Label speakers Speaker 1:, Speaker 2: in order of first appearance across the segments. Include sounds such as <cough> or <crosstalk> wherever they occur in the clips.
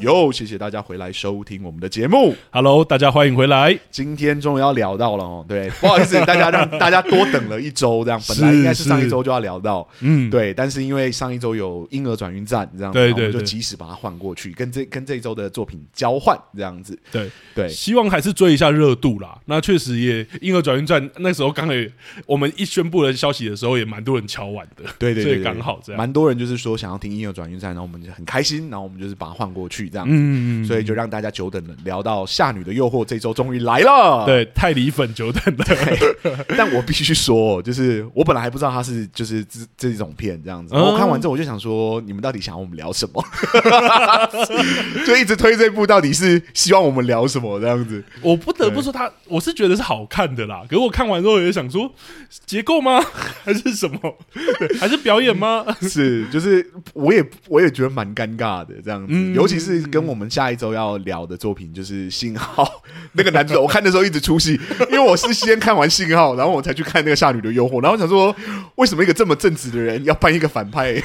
Speaker 1: 哟，谢谢大家回来收听我们的节目。
Speaker 2: Hello，大家欢迎回来。
Speaker 1: 今天终于要聊到了哦，对， <laughs> 不好意思，大家让大家多等了一周，这样本
Speaker 2: 是
Speaker 1: 来应该是上一周就要聊到，
Speaker 2: 嗯，
Speaker 1: 对，但是因为上一周有婴儿转运站这样，
Speaker 2: 对
Speaker 1: 然后我们
Speaker 2: 对
Speaker 1: 就
Speaker 2: 对
Speaker 1: 及时把它换过去，跟这跟这一周的作品交换这样子，
Speaker 2: 对，
Speaker 1: 对，
Speaker 2: 希望还是追一下热度啦。那确实也婴儿转运站那时候刚好也我们一宣布了消息的时候，也蛮多人敲碗的。
Speaker 1: 对对对
Speaker 2: 所
Speaker 1: 对
Speaker 2: 以刚好这样。
Speaker 1: 蛮多人就是说想要听婴儿转运站，然后我们就很开心，然后我们就是把它换过去这样，
Speaker 2: 嗯，
Speaker 1: 所以就让大家久等了。聊到《夏女的诱惑》这周终于来了，。
Speaker 2: 对泰迪粉久等了。
Speaker 1: 但我必须说，哦就是我本来还不知道它是就是这这种片这样子，
Speaker 2: 嗯
Speaker 1: 然后我看完之后我就想说，你们到底想要我们聊什么？ <laughs> 就一直推这部，到底是希望我们聊什么这样子？
Speaker 2: 我不得不说他，我是觉得是好看的啦。可是我看完之后也想说，结构吗？ <laughs> 还是什么？对还是表演吗？
Speaker 1: <laughs> 是，就是我也我也觉得蛮尴尬的这样子，
Speaker 2: 嗯
Speaker 1: 尤其是跟我们下一周要聊的作品就是《信号》 <laughs> 那个男主角，我看的时候一直出戏，因为我是先看完《信号》，然后我才去看那个《夏女的诱惑》，然后我想说，为什么一个这么正直的人要扮一个反派？ <laughs>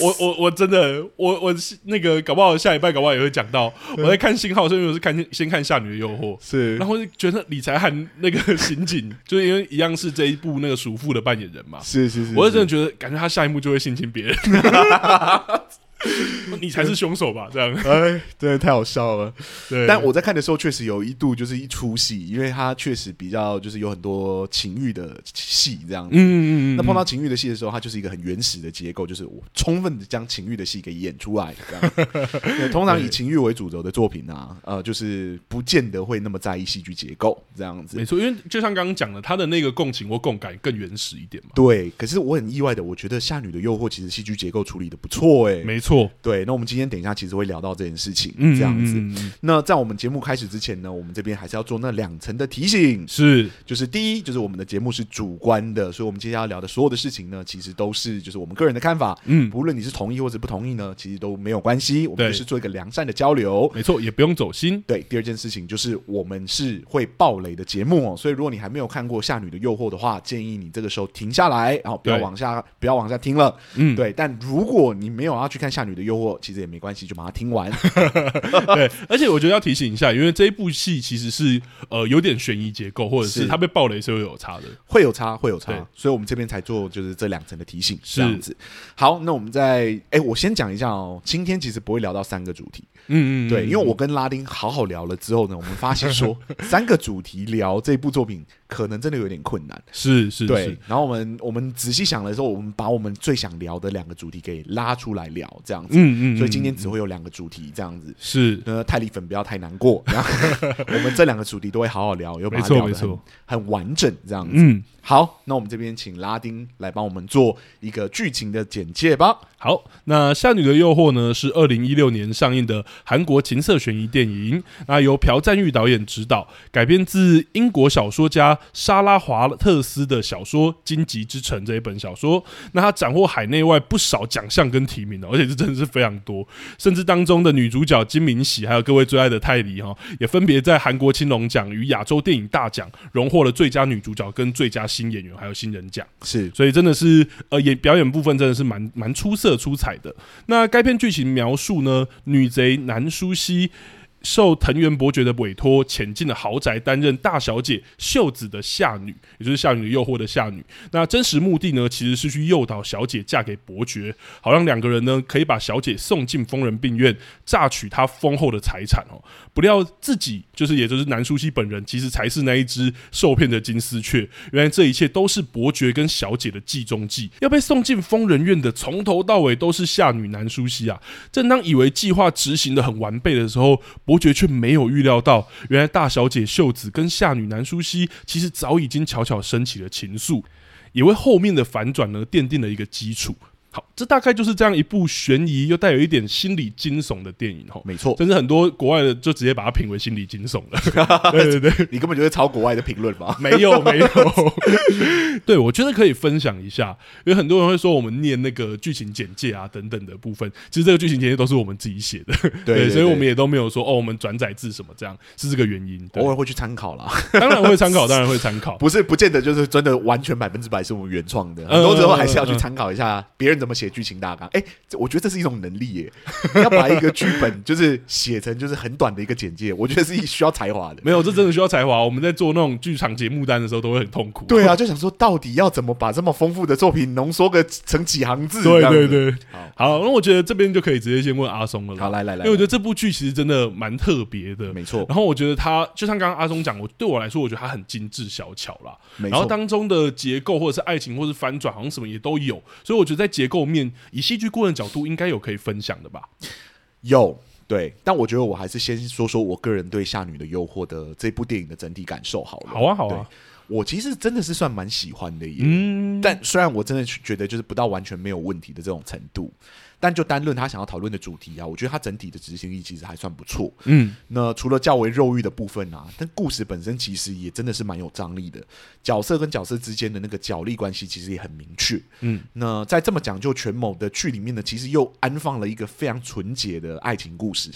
Speaker 2: 我我我真的我我是那个搞不好下礼拜搞不好也会讲到，我在看信号，所以我是看先看《夏女的诱惑》，
Speaker 1: 是
Speaker 2: 然后就觉得李才涵那个 <laughs> 刑警，就是因为一样是这一部那个叔父的扮演人嘛，
Speaker 1: 是是是，
Speaker 2: 我是
Speaker 1: 是
Speaker 2: 真的觉得感觉他下一幕就会性侵
Speaker 1: <laughs>
Speaker 2: 别人，你才是凶手吧？这样，
Speaker 1: 哎，真的太好笑了。
Speaker 2: 对，
Speaker 1: <laughs> 但我在看的时候，确实有一度就是一出戏，因为它确实比较就是有很多情欲的戏这样子。
Speaker 2: 嗯嗯嗯，
Speaker 1: 那碰到情欲的戏的时候，它就是一个很原始的结构，就是我充分的将情欲的戏给演出来。这样
Speaker 2: <laughs>
Speaker 1: 对通常以情欲为主轴的作品啊，呃，就是不见得会那么在意戏剧结构这样子。
Speaker 2: 没错，因为就像刚刚讲的，他的那个共情或共感更原始一点嘛，
Speaker 1: 对，可是我很意外的，我觉得《夏女的诱惑》其实戏剧结构处理的不错哎、
Speaker 2: 没错，
Speaker 1: 对，那我们今天等一下其实会聊到这件事情，
Speaker 2: 嗯，
Speaker 1: 这样子。
Speaker 2: 嗯嗯嗯
Speaker 1: 那在我们节目开始之前呢，我们这边还是要做那两层的提醒，
Speaker 2: 是
Speaker 1: 就是第一，就是我们的节目是主观的，所以我们接下来要聊的所有的事情呢，其实都是就是我们个人的看法，
Speaker 2: 嗯。
Speaker 1: 不论你是同意或者不同意呢，其实都没有关系，我们
Speaker 2: 对
Speaker 1: 就是做一个良善的交流。
Speaker 2: 没错，也不用走心。
Speaker 1: <laughs> 对，第二件事情就是我们是会爆雷的节目哦，所以如果你还没有看过《夏女的诱惑》的话，建议你这个时候停下来，然后不要
Speaker 2: 对
Speaker 1: 往下不要往下听了。
Speaker 2: 嗯，
Speaker 1: 对，但如果你没有要去看《夏女的诱惑》，其实也没关系，就把它听完。
Speaker 2: 对，而且我觉得要提醒一下，因为这一部戏其实是呃有点悬疑结构，或者
Speaker 1: 是
Speaker 2: 是它被爆雷是会有差的。
Speaker 1: 会有差，会有
Speaker 2: 对
Speaker 1: 差，所以我们这边才做就是这两层的提醒，
Speaker 2: 是
Speaker 1: 这样子。好，那我们再哎，我先讲一下哦，今天其实不会聊到三个主题，
Speaker 2: 嗯嗯，
Speaker 1: 对，因为我跟拉丁好好聊了之后呢，我们发现
Speaker 2: <laughs>
Speaker 1: 说三个主题聊这部作品可能真的有点困难，
Speaker 2: 是是
Speaker 1: 对
Speaker 2: 是，。
Speaker 1: 然后我们我们仔细想的时候，我们把我们最想聊的两个主题给拉出来聊，这样子。
Speaker 2: 嗯嗯，
Speaker 1: 所以今天
Speaker 2: 嗯
Speaker 1: 只会有两个主题这样子。
Speaker 2: 是
Speaker 1: 那泰利粉不要太难过，然后 <laughs> 我们这两个主题都会好好聊，又把
Speaker 2: 没
Speaker 1: 它
Speaker 2: 错
Speaker 1: 聊
Speaker 2: 没
Speaker 1: 得很
Speaker 2: 错，
Speaker 1: 很完整这样子。
Speaker 2: 嗯，
Speaker 1: 好，那我们这边请拉丁来帮我们做一个剧情的简介吧。
Speaker 2: 好，那《夏女的诱惑》呢是二零一六年上映的韩国情色悬疑电影，那由朴赞玉导演执导，改编自英国小说家莎拉华特斯的小说《荆棘之城》这一本小说。那他斩获海内外不少奖项跟提名的，哦而且这真的是非常多，甚至当中的女主角金敏喜，还有各位最爱的泰梨哈、哦，也分别在韩国青龙奖与亚洲电影大奖荣获了最佳女主角跟最佳新演员，还有新人奖。
Speaker 1: 是
Speaker 2: 所以真的是呃演表演部分真的是蛮蛮出色出彩的。那该片剧情描述呢，女贼南舒希。受藤原伯爵的委托，潜进了豪宅，担任大小姐秀子的下女，也就是《夏女的诱惑》的下女。那真实目的呢，其实是去诱导小姐嫁给伯爵，好让两个人呢可以把小姐送进疯人病院，榨取她丰厚的财产哦。不料自己就是，也就是南舒希本人，其实才是那一只受骗的金丝雀。原来这一切都是伯爵跟小姐的计中计。要被送进疯人院的，从头到尾都是夏女南舒希啊。正当以为计划执行的很完备的时候，伯爵却没有预料到，原来大小姐秀子跟夏女南舒希其实早已经悄悄升起了情愫，也为后面的反转呢奠定了一个基础。好，这大概就是这样一部悬疑又带有一点心理惊悚的电影哈。
Speaker 1: 没错，
Speaker 2: 甚至很多国外的就直接把它评为心理惊悚
Speaker 1: <laughs>
Speaker 2: 了。对对对，
Speaker 1: 你根本就是抄国外的评论吧？
Speaker 2: 没 <laughs> 有没有，对我觉得可以分享一下，因为很多人会说我们念那个剧情简介啊等等的部分，其实这个剧情简介都是我们自己写的，
Speaker 1: 对
Speaker 2: <laughs>
Speaker 1: 对
Speaker 2: 所
Speaker 1: 对
Speaker 2: 以我们也都没有说哦，我们转载自什么这样，是这个原因。对
Speaker 1: 偶，尔会去参考啦，
Speaker 2: <laughs>
Speaker 1: <laughs>
Speaker 2: 当然会参考，当然会参考。
Speaker 1: 不是不见得就是真的完全百分之百是我们原创的，很
Speaker 2: 嗯
Speaker 1: 多时候还是要去参考一下别人怎么写剧情大纲。哎，这我觉得这是一种能力耶， <laughs> 要把一个剧本就是写成就是很短的一个简介，我觉得是需要才华的。
Speaker 2: 没有，这真的需要才华。我们在做那种剧场节目单的时候都会很痛苦。
Speaker 1: 对啊，就想说到底要怎么把这么丰富的作品浓缩个成几行字？
Speaker 2: <laughs> 对
Speaker 1: 这样
Speaker 2: 对
Speaker 1: 子。
Speaker 2: 对，
Speaker 1: 好
Speaker 2: 好，那我觉得这边就可以直接先问阿松了啦。
Speaker 1: 好，来来
Speaker 2: 因
Speaker 1: 来，
Speaker 2: 为我觉得这部剧其实真的蛮特别的。
Speaker 1: 没错，
Speaker 2: 然后我觉得它就像刚刚阿松讲，我对我来说，我觉得它很精致小巧啦。
Speaker 1: 没
Speaker 2: 然后
Speaker 1: 错，
Speaker 2: 当中的结构或者是爱情或是翻转，好像什么也都有。所以我觉得在结构面，以戏剧顾问的角度，应该有可以分享的吧？
Speaker 1: 有对，但我觉得我还是先说说我个人对《夏女的诱惑》的这部电影的整体感受好了。
Speaker 2: 好啊，好啊，
Speaker 1: 我其实真的是算蛮喜欢的耶。
Speaker 2: 嗯，
Speaker 1: 但虽然我真的觉得就是不到完全没有问题的这种程度，但就单论他想要讨论的主题啊，我觉得他整体的执行力其实还算不错。
Speaker 2: 嗯，
Speaker 1: 那除了较为肉欲的部分啊，但故事本身其实也真的是蛮有张力的，角色跟角色之间的那个角力关系其实也很明确。
Speaker 2: 嗯，
Speaker 1: 那在这么讲究权谋的剧里面呢，其实又安放了一个非常纯洁的爱情故
Speaker 2: <laughs>
Speaker 1: 事，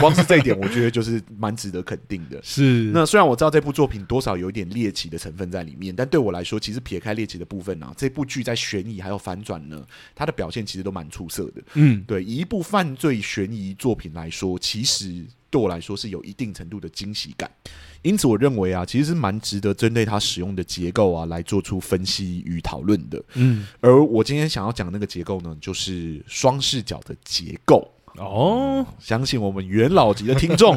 Speaker 1: 光是这一点，我觉得就是蛮值得肯定的。
Speaker 2: 是，
Speaker 1: 那虽然我知道这部作品多少有一点猎奇的成分在里面，但对我来说，其实撇开猎奇的部分啊，这部剧在悬疑还有反转呢，它的表现其实都蛮出色的。
Speaker 2: 嗯，
Speaker 1: 对，以一部犯罪悬疑作品来说，其实对我来说是有一定程度的惊喜感。因此，我认为啊，其实是蛮值得针对它使用的结构啊来做出分析与讨论的。
Speaker 2: 嗯，
Speaker 1: 而我今天想要讲的那个结构呢，就是双视角的结构。
Speaker 2: 哦，
Speaker 1: 相信我们元老级的听众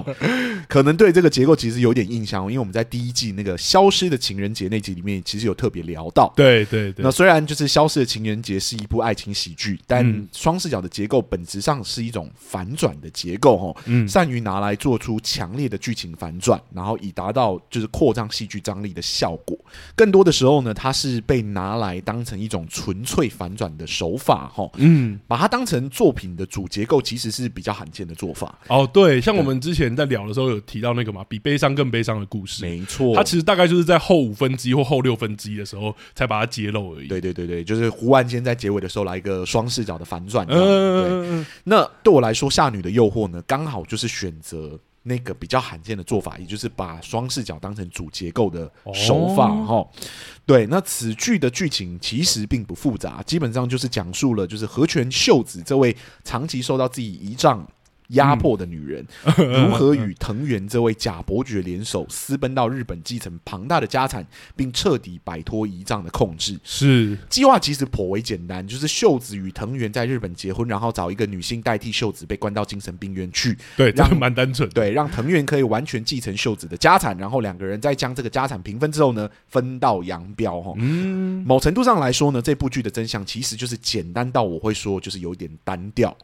Speaker 1: 可能对这个结构其实有点印象哦，因为我们在第一季那个《消失的情人节》那集里面其实有特别聊到。
Speaker 2: 对对对
Speaker 1: 那，虽然就是《消失的情人节》是一部爱情喜剧，但
Speaker 2: 嗯
Speaker 1: 双视角的结构本质上是一种反转的结构哦，
Speaker 2: 嗯，
Speaker 1: 善于拿来做出强烈的剧情反转，然后以达到就是扩张戏剧张力的效果。更多的时候呢，它是被拿来当成一种纯粹反转的手法哈，
Speaker 2: 嗯，
Speaker 1: 把它当成作品的主结构其实是比较罕见的做法。
Speaker 2: 哦，对，像我们之前在聊的时候有提到那个嘛，比悲伤更悲伤的故事，
Speaker 1: 没错，
Speaker 2: 它其实大概就是在后五分之一或后六分之一的时候才把它揭露而已。
Speaker 1: 对对对对，就是忽然间在结尾的时候来一个双视角的反转。对，
Speaker 2: 嗯，
Speaker 1: 那对我来说，《夏女的诱惑》呢，刚好就是选择那个比较罕见的做法，也就是把双视角当成主结构的手法
Speaker 2: 哦
Speaker 1: 哈、对，那此剧的剧情其实并不复杂，基本上就是讲述了就是和泉秀子这位长期受到自己遗仗。压迫的女人、如何与藤原这位假伯爵联手，私奔到日本继承庞大的家产，并彻底摆脱遗仗的控制。
Speaker 2: 是，
Speaker 1: 计划其实颇为简单，就是秀子与藤原在日本结婚，然后找一个女性代替秀子被关到精神病院去，
Speaker 2: 对，这
Speaker 1: 让
Speaker 2: 个蛮单纯的。
Speaker 1: 对，让藤原可以完全继承秀子的家产，然后两个人再将这个家产平分之后呢，分道扬镳哈。
Speaker 2: 嗯，
Speaker 1: 某程度上来说呢，这部剧的真相其实就是简单到我会说，就是有点单调，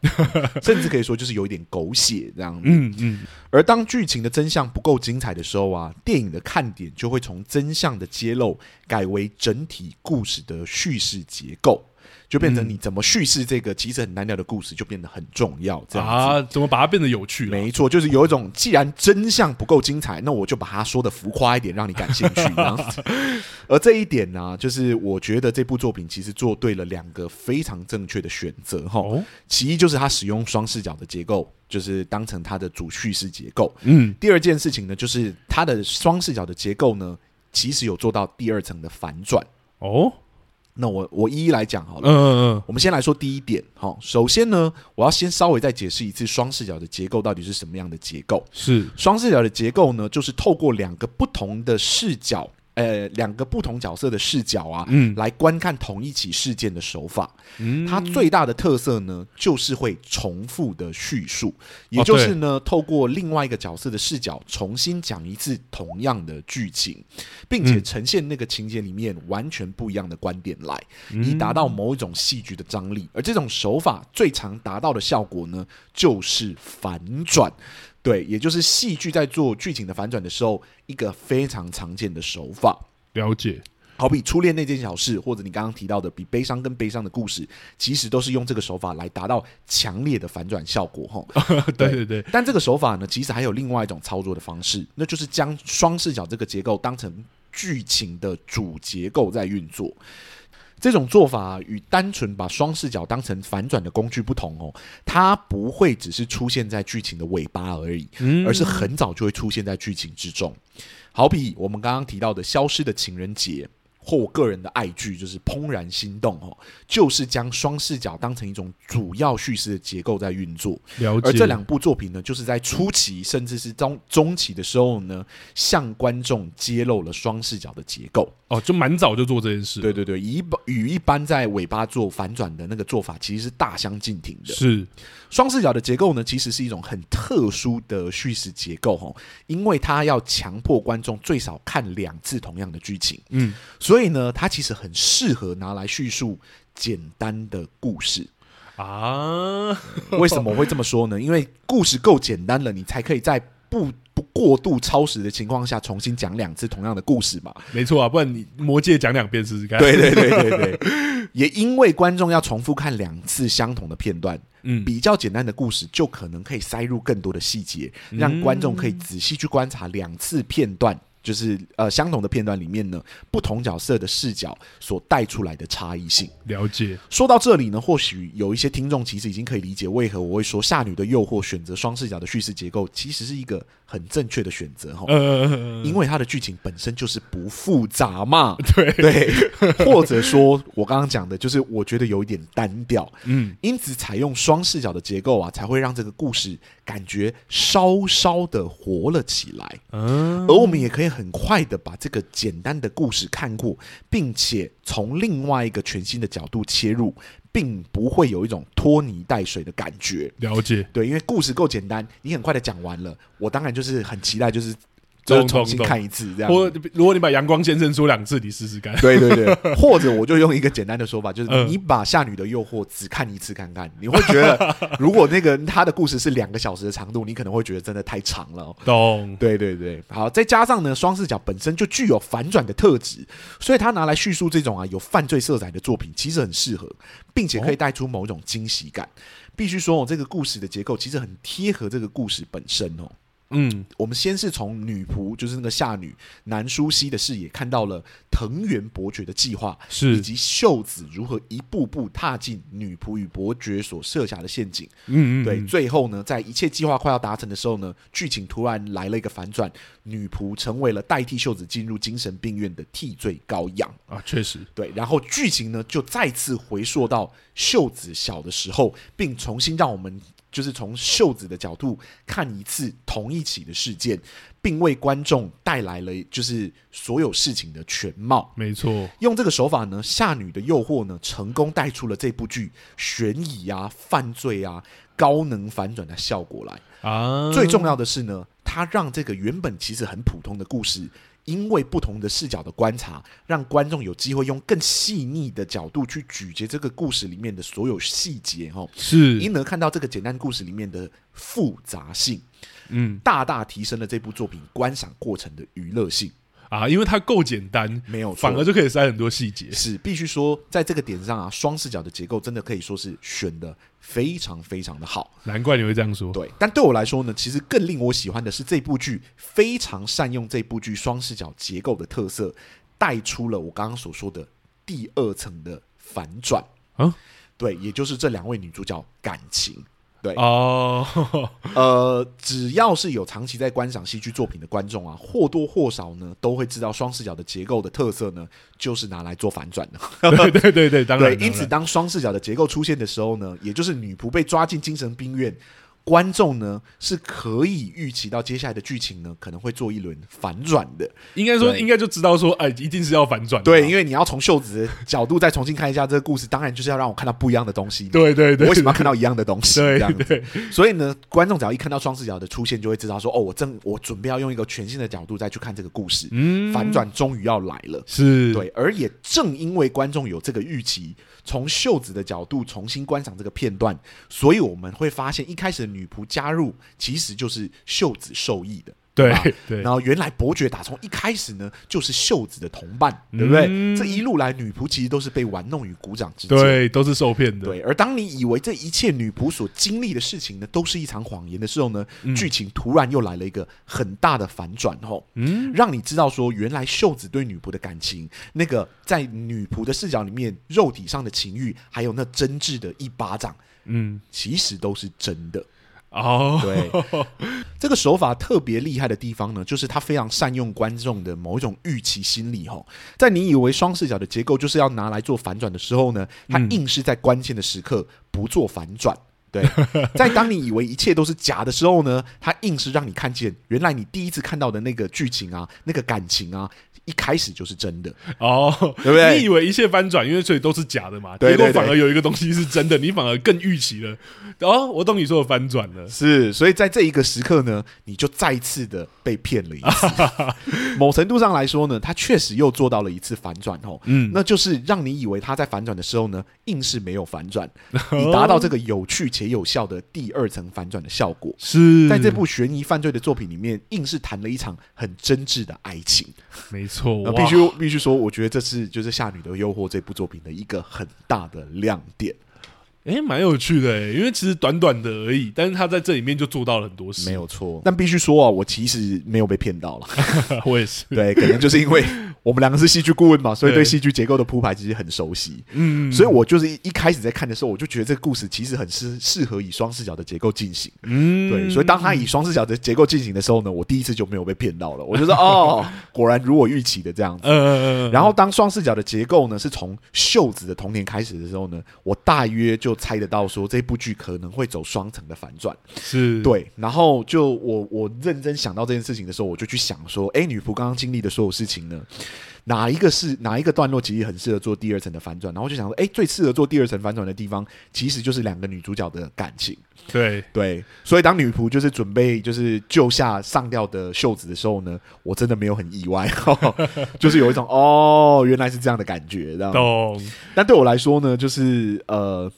Speaker 1: 甚至可以说就是有一点狗血这样子。
Speaker 2: 嗯嗯，
Speaker 1: 而当剧情的真相不够精彩的时候啊，电影的看点就会从真相的揭露改为整体故事的叙事结构，就变
Speaker 2: 嗯
Speaker 1: 成你怎么叙事这个其实很单调的故事，就变得很重要。这样子，
Speaker 2: 啊，怎么把它变得有趣了？
Speaker 1: 没错，就是有一种既然真相不够精彩，那我就把它说的浮夸一点，让你感兴趣。这样
Speaker 2: <laughs>
Speaker 1: 子而这一点呢、就是我觉得这部作品其实做对了两个非常正确的选择哈。
Speaker 2: 哦，
Speaker 1: 其一就是它使用双视角的结构，就是当成它的主叙事结构。
Speaker 2: 嗯，
Speaker 1: 第二件事情呢，就是它的双视角的结构呢，其实有做到第二层的反转。
Speaker 2: 哦，
Speaker 1: 那我我一一来讲好了。
Speaker 2: 嗯嗯
Speaker 1: 我们先来说第一点，好，首先呢，我要先稍微再解释一次双视角的结构到底是什么样的结构。
Speaker 2: 是，
Speaker 1: 双视角的结构呢，就是透过两个不同的视角，呃，两个不同角色的视角啊，
Speaker 2: 嗯
Speaker 1: 来观看同一起事件的手法。
Speaker 2: 嗯，
Speaker 1: 它最大的特色呢，就是会重复的叙述，
Speaker 2: 哦
Speaker 1: 也就是呢，透过另外一个角色的视角重新讲一次同样的剧情，并
Speaker 2: 嗯
Speaker 1: 且呈现那个情节里面完全不一样的观点来，
Speaker 2: 嗯
Speaker 1: 以达到某一种戏剧的张力。而这种手法最常达到的效果呢，就是反转。对，也就是戏剧在做剧情的反转的时候，一个非常常见的手法。 <laughs>
Speaker 2: 了解。
Speaker 1: 好比初恋那件小事，或者你刚刚提到的比悲伤更悲伤的故事，其实都是用这个手法来达到强烈的反转效果。吼，
Speaker 2: 对对对，
Speaker 1: 但这个手法呢，其实还有另外一种操作的方式，那就是将双视角这个结构当成剧情的主结构在运作。这种做法与单纯把双视角当成反转的工具不同哦，它不会只是出现在剧情的尾巴而已，
Speaker 2: 嗯
Speaker 1: 而是很早就会出现在剧情之中。好比我们刚刚提到的《消失的情人节》，或我个人的爱剧就是《怦然心动》哦，就是将双视角当成一种主要叙事的结构在运作。
Speaker 2: 了解。
Speaker 1: 而这两部作品呢，就是在初期甚至是中中期的时候呢，向观众揭露了双视角的结构。
Speaker 2: 哦，就蛮早就做这件事，
Speaker 1: 对，对对，以一与一般在尾巴做反转的那个做法，其实是大相径庭的。
Speaker 2: 是
Speaker 1: 双视角的结构呢，其实是一种很特殊的叙事结构哦，因为它要强迫观众最少看两次同样的剧情，
Speaker 2: 嗯，
Speaker 1: 所以呢，它其实很适合拿来叙述简单的故事。
Speaker 2: 啊，
Speaker 1: <laughs> 为什么会这么说呢？因为故事够简单了，你才可以在不不过度超时的情况下重新讲两次同样的故事嘛。
Speaker 2: 没错啊，不然你魔戒讲两遍试试
Speaker 1: <laughs>
Speaker 2: 看。，
Speaker 1: 对对对对对， <laughs> 也因为观众要重复看两次相同的片段，
Speaker 2: 嗯，
Speaker 1: 比较简单的故事就可能可以塞入更多的细节，让观众可以仔细去观察两次片段。就是呃，相同的片段里面呢，不同角色的视角所带出来的差异性。
Speaker 2: 了解，
Speaker 1: 说到这里呢，或许有一些听众其实已经可以理解为何我会说《夏女的诱惑》选择双视角的叙事结构，其实是一个很正确的选择哈。
Speaker 2: 呃，
Speaker 1: 因为它的剧情本身就是不复杂嘛，对对，或者说我刚刚讲的，就是我觉得有一点单调，
Speaker 2: 嗯，
Speaker 1: 因此采用双视角的结构啊，才会让这个故事感觉稍稍的活了起来。
Speaker 2: 嗯，
Speaker 1: 而我们也可以很快的把这个简单的故事看过，并且从另外一个全新的角度切入，并不会有一种拖泥带水的感觉。
Speaker 2: 了解，
Speaker 1: 对，因为故事够简单，你很快的讲完了，我当然就是很期待，就是就是重新
Speaker 2: 懂懂
Speaker 1: 看一次这样。
Speaker 2: 或如果你把《阳光先生》说两次，你试
Speaker 1: <laughs>
Speaker 2: 试看。
Speaker 1: 对对对，或者我就用一个简单的说法，就是
Speaker 2: 嗯
Speaker 1: 你把《夏女的诱惑》只看一次看看，你会觉得如果那个他的故事是两个小时的长度，你可能会觉得真的太长了哦、
Speaker 2: 懂，
Speaker 1: 对对对，好，再加上呢，双视角本身就具有反转的特质，所以它拿来叙述这种啊有犯罪色彩的作品，其实很适合，并且可以带出某种惊喜感。必须说、哦，这个故事的结构其实很贴合这个故事本身哦。
Speaker 2: 嗯，
Speaker 1: 我们先是从女仆，就是那个夏女南舒西的视野，看到了藤原伯爵的计划，以
Speaker 2: 是，
Speaker 1: 及秀子如何一步步踏进女仆与伯爵所设下的陷阱。
Speaker 2: 嗯嗯，
Speaker 1: 对，
Speaker 2: 嗯，
Speaker 1: 最后呢，在一切计划快要达成的时候呢，剧情突然来了一个反转，女仆成为了代替秀子进入精神病院的替罪羔羊。
Speaker 2: 啊，确实，
Speaker 1: 对，然后剧情呢就再次回溯到秀子小的时候，并重新让我们就是从秀子的角度看一次同一起的事件，并为观众带来了就是所有事情的全貌。
Speaker 2: 没错，
Speaker 1: 用这个手法呢，《夏女的诱惑》呢，成功带出了这部剧悬疑啊、犯罪啊、高能反转的效果来。
Speaker 2: 啊，
Speaker 1: 最重要的是呢，它让这个原本其实很普通的故事，因为不同的视角的观察，让观众有机会用更细腻的角度去咀嚼这个故事里面的所有细节哦，
Speaker 2: 是，
Speaker 1: 因而看到这个简单故事里面的复杂性，
Speaker 2: 嗯
Speaker 1: 大大提升了这部作品观赏过程的娱乐性。
Speaker 2: 啊，因为它够简单，
Speaker 1: 没有错，
Speaker 2: 反而就可以塞很多细节。
Speaker 1: 是必须说，在这个点上啊，双视角的结构真的可以说是选的非常非常的好。
Speaker 2: 难怪你会这样说。
Speaker 1: 对，但对我来说呢，其实更令我喜欢的是这部剧非常善用这部剧双视角结构的特色，带出了我刚刚所说的第二层的反转。
Speaker 2: 啊，
Speaker 1: 对，也就是这两位女主角感情。对， <laughs>
Speaker 2: 哦，
Speaker 1: 呃，只要是有长期在观赏戏剧作品的观众啊，或多或少呢都会知道双视角的结构的特色呢，就是拿来做反转的。
Speaker 2: 对对对对，当然
Speaker 1: 对，，
Speaker 2: 当然
Speaker 1: 因此当双视角的结构出现的时候呢，也就是女仆被抓进精神病院，观众呢是可以预期到接下来的剧情呢可能会做一轮反转的。
Speaker 2: 应该说
Speaker 1: 对
Speaker 2: 应该就知道说，哎，一定是要反转的嘛。
Speaker 1: 对，因为你要从秀子的角度再重新看一下这个故事，当然就是要让我看到不一样的东西嘛。
Speaker 2: 对 <laughs> 对对，
Speaker 1: 我为什么要看到一样的东西？这
Speaker 2: 对
Speaker 1: 样
Speaker 2: 对
Speaker 1: 子。
Speaker 2: 对，
Speaker 1: 所以呢，观众只要一看到双视角的出现，就会知道说，哦，我正我准备要用一个全新的角度再去看这个故事，
Speaker 2: 嗯，
Speaker 1: 反转终于要来了。
Speaker 2: 是，
Speaker 1: 对，而也正因为观众有这个预期，从秀子的角度重新观赏这个片段，所以我们会发现一开始的女仆加入其实就是秀子受益的，
Speaker 2: 对
Speaker 1: 啊
Speaker 2: 对
Speaker 1: 然后原来伯爵打从一开始呢就是秀子的同伴，对不对？
Speaker 2: 嗯
Speaker 1: 这一路来女仆其实都是被玩弄于鼓掌之间。
Speaker 2: 对，都是受骗的。
Speaker 1: 对，而当你以为这一切女仆所经历的事情呢，都是一场谎言的时候呢，剧情突然又来了一个很大的反转后，
Speaker 2: 嗯，
Speaker 1: 让你知道说，原来秀子对女仆的感情，那个在女仆的视角里面，肉体上的情欲，还有那真挚的一巴掌，
Speaker 2: 嗯，
Speaker 1: 其实都是真的。
Speaker 2: 哦，
Speaker 1: 对，这个手法特别厉害的地方呢，就是它非常善用观众的某一种预期心理吼。在你以为双视角的结构就是要拿来做反转的时候呢，它硬是在关键的时刻不做反转。对， <laughs> 在当你以为一切都是假的时候呢，它硬是让你看见，原来你第一次看到的那个剧情啊，那个感情啊，一开始就是真的。
Speaker 2: 哦，
Speaker 1: 对不对
Speaker 2: 你以为一切翻转，因为所以都是假的嘛，
Speaker 1: 对对
Speaker 2: 结果反
Speaker 1: 对
Speaker 2: 而有一个东西是真的，你反而更预期了。哦，我懂你说的翻转了。
Speaker 1: 是，所以在这一个时刻呢，你就再次的被骗了一次。
Speaker 2: <laughs>
Speaker 1: 某程度上来说呢，他确实又做到了一次反转哦，
Speaker 2: 嗯
Speaker 1: 那就是让你以为他在反转的时候呢，硬是没有反转，
Speaker 2: <laughs>
Speaker 1: 以达到这个有趣且有效的第二层反转的效果。
Speaker 2: 是
Speaker 1: 在这部悬疑犯罪的作品里面，硬是谈了一场很真挚的爱情。
Speaker 2: 没错，
Speaker 1: 那
Speaker 2: 哇
Speaker 1: 呃必须必须说，我觉得这是就是《夏女的诱惑》这部作品的一个很大的亮点。
Speaker 2: 诶，蛮有趣的诶，因为其实短短的而已，但是他在这里面就做到了很多事。
Speaker 1: 没有错，但必须说啊，我其实没有被骗到了。 <laughs>
Speaker 2: 我也是。
Speaker 1: 对，可能就是因为我们两个是戏剧顾问嘛，所以
Speaker 2: 对
Speaker 1: 对戏剧结构的铺排其实很熟悉。
Speaker 2: 嗯，
Speaker 1: 所以我就是一一开始在看的时候，我就觉得这个故事其实很适适合以双视角的结构进行。
Speaker 2: 嗯，
Speaker 1: 对，所以当他以双视角的结构进行的时候呢，我第一次就没有被骗到了。我
Speaker 2: <laughs>
Speaker 1: 就说哦，果然如我预期的这样子。
Speaker 2: 呃，
Speaker 1: 然后当双视角的结构呢是从秀子的童年开始的时候呢，我大约就猜得到说这部剧可能会走双层的反转。
Speaker 2: 是，
Speaker 1: 对，然后就我我认真想到这件事情的时候，我就去想说，哎，女仆刚刚经历的所有事情呢，哪一个是哪一个段落其实很适合做第二层的反转？然后就想说，哎，最适合做第二层反转的地方，其实就是两个女主角的感情。
Speaker 2: 对，
Speaker 1: 对，所以当女仆就是准备就是救下上吊的秀子的时候呢，我真的没有很意外， <laughs> 就是有一种哦，原来是这样的感觉，这样。
Speaker 2: 懂，
Speaker 1: <laughs> 但对我来说呢，就是呃。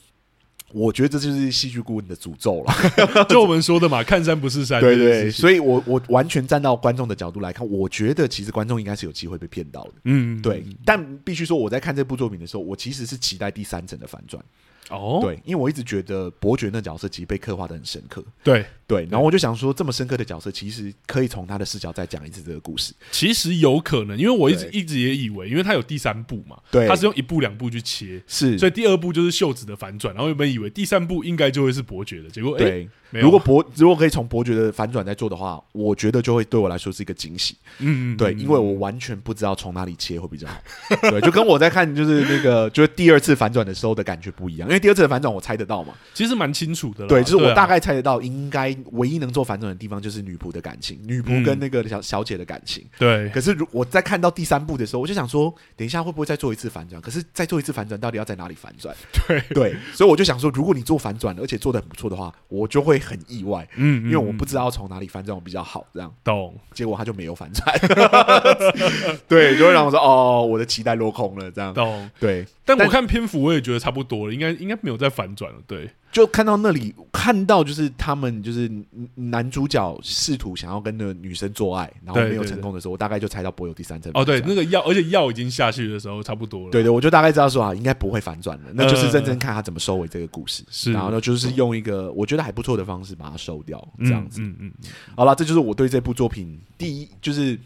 Speaker 1: 我觉得这就是戏剧顾问的诅咒了。
Speaker 2: 就我们说的嘛，看山不是山，
Speaker 1: 对对，
Speaker 2: 以
Speaker 1: 所以我我完全站到观众的角度来看，我觉得其实观众应该是有机会被骗到的。
Speaker 2: 嗯，
Speaker 1: 对，但必须说我在看这部作品的时候，我其实是期待第三层的反转。
Speaker 2: 哦，
Speaker 1: 对，因为我一直觉得伯爵那角色其实被刻画的很深刻。
Speaker 2: 对，
Speaker 1: 对，然后我就想说，这么深刻的角色，其实可以从他的视角再讲一次这个故事。
Speaker 2: 其实有可能，因为我一直
Speaker 1: 对
Speaker 2: 一直也以为，因为它有第三部嘛，
Speaker 1: 对嗯
Speaker 2: 它是用一步两步去切，
Speaker 1: 是
Speaker 2: 所以第二部就是秀子的反转，然后原本以为第三部应该就会是伯爵的，结果哎，
Speaker 1: 对，
Speaker 2: 没有
Speaker 1: 如果伯如果可以从伯爵的反转再做的话，我觉得就会对我来说是一个惊喜。
Speaker 2: 嗯，
Speaker 1: 对，因为我完全不知道从哪里切会比较好。对，就跟我在看就是那个就是第二次反转的时候的感觉不一样，因为第二次的反转我猜得到嘛，
Speaker 2: 其实蛮清楚的啦，
Speaker 1: 对，就是我
Speaker 2: 啊
Speaker 1: 大概猜得到，应该唯一能做反转的地方就是女仆的感情，女仆
Speaker 2: 嗯
Speaker 1: 跟那个小小姐的感情。
Speaker 2: 对
Speaker 1: 可是如我在看到第三部的时候，我就想说，等一下会不会再做一次反转？可是再做一次反转，到底要在哪里反转？
Speaker 2: 对，
Speaker 1: 对，所以我就想说，如果你做反转，而且做的很不错的话，我就会很意外，
Speaker 2: 嗯，
Speaker 1: 因为我不知道从哪里反转我比较好，这样。
Speaker 2: 懂，
Speaker 1: 结果他就没有反转， <laughs> 对，就会让我说哦，我的期待落空了，这样。
Speaker 2: 懂。
Speaker 1: 对，
Speaker 2: 但我
Speaker 1: 但
Speaker 2: 看篇幅，我也觉得差不多了，应该应该没有再反转了。对，
Speaker 1: 就看到那里，看到就是他们就是嗯男主角试图想要跟那个女生做爱，然后
Speaker 2: 对
Speaker 1: 没有
Speaker 2: 对
Speaker 1: 成功的时候，我大概就猜到不会有第三层。
Speaker 2: 哦，对，那个药，而且药已经下去的时候差不多了。
Speaker 1: 对对，我就大概知道说啊，应该不会反转了，那就是认真看他怎么收尾这个故事。
Speaker 2: 嗯是
Speaker 1: 然后呢，就是用一个我觉得还不错的方式把它收掉，这样子。
Speaker 2: 嗯嗯嗯，
Speaker 1: 好了，这就是我对这部作品第一就是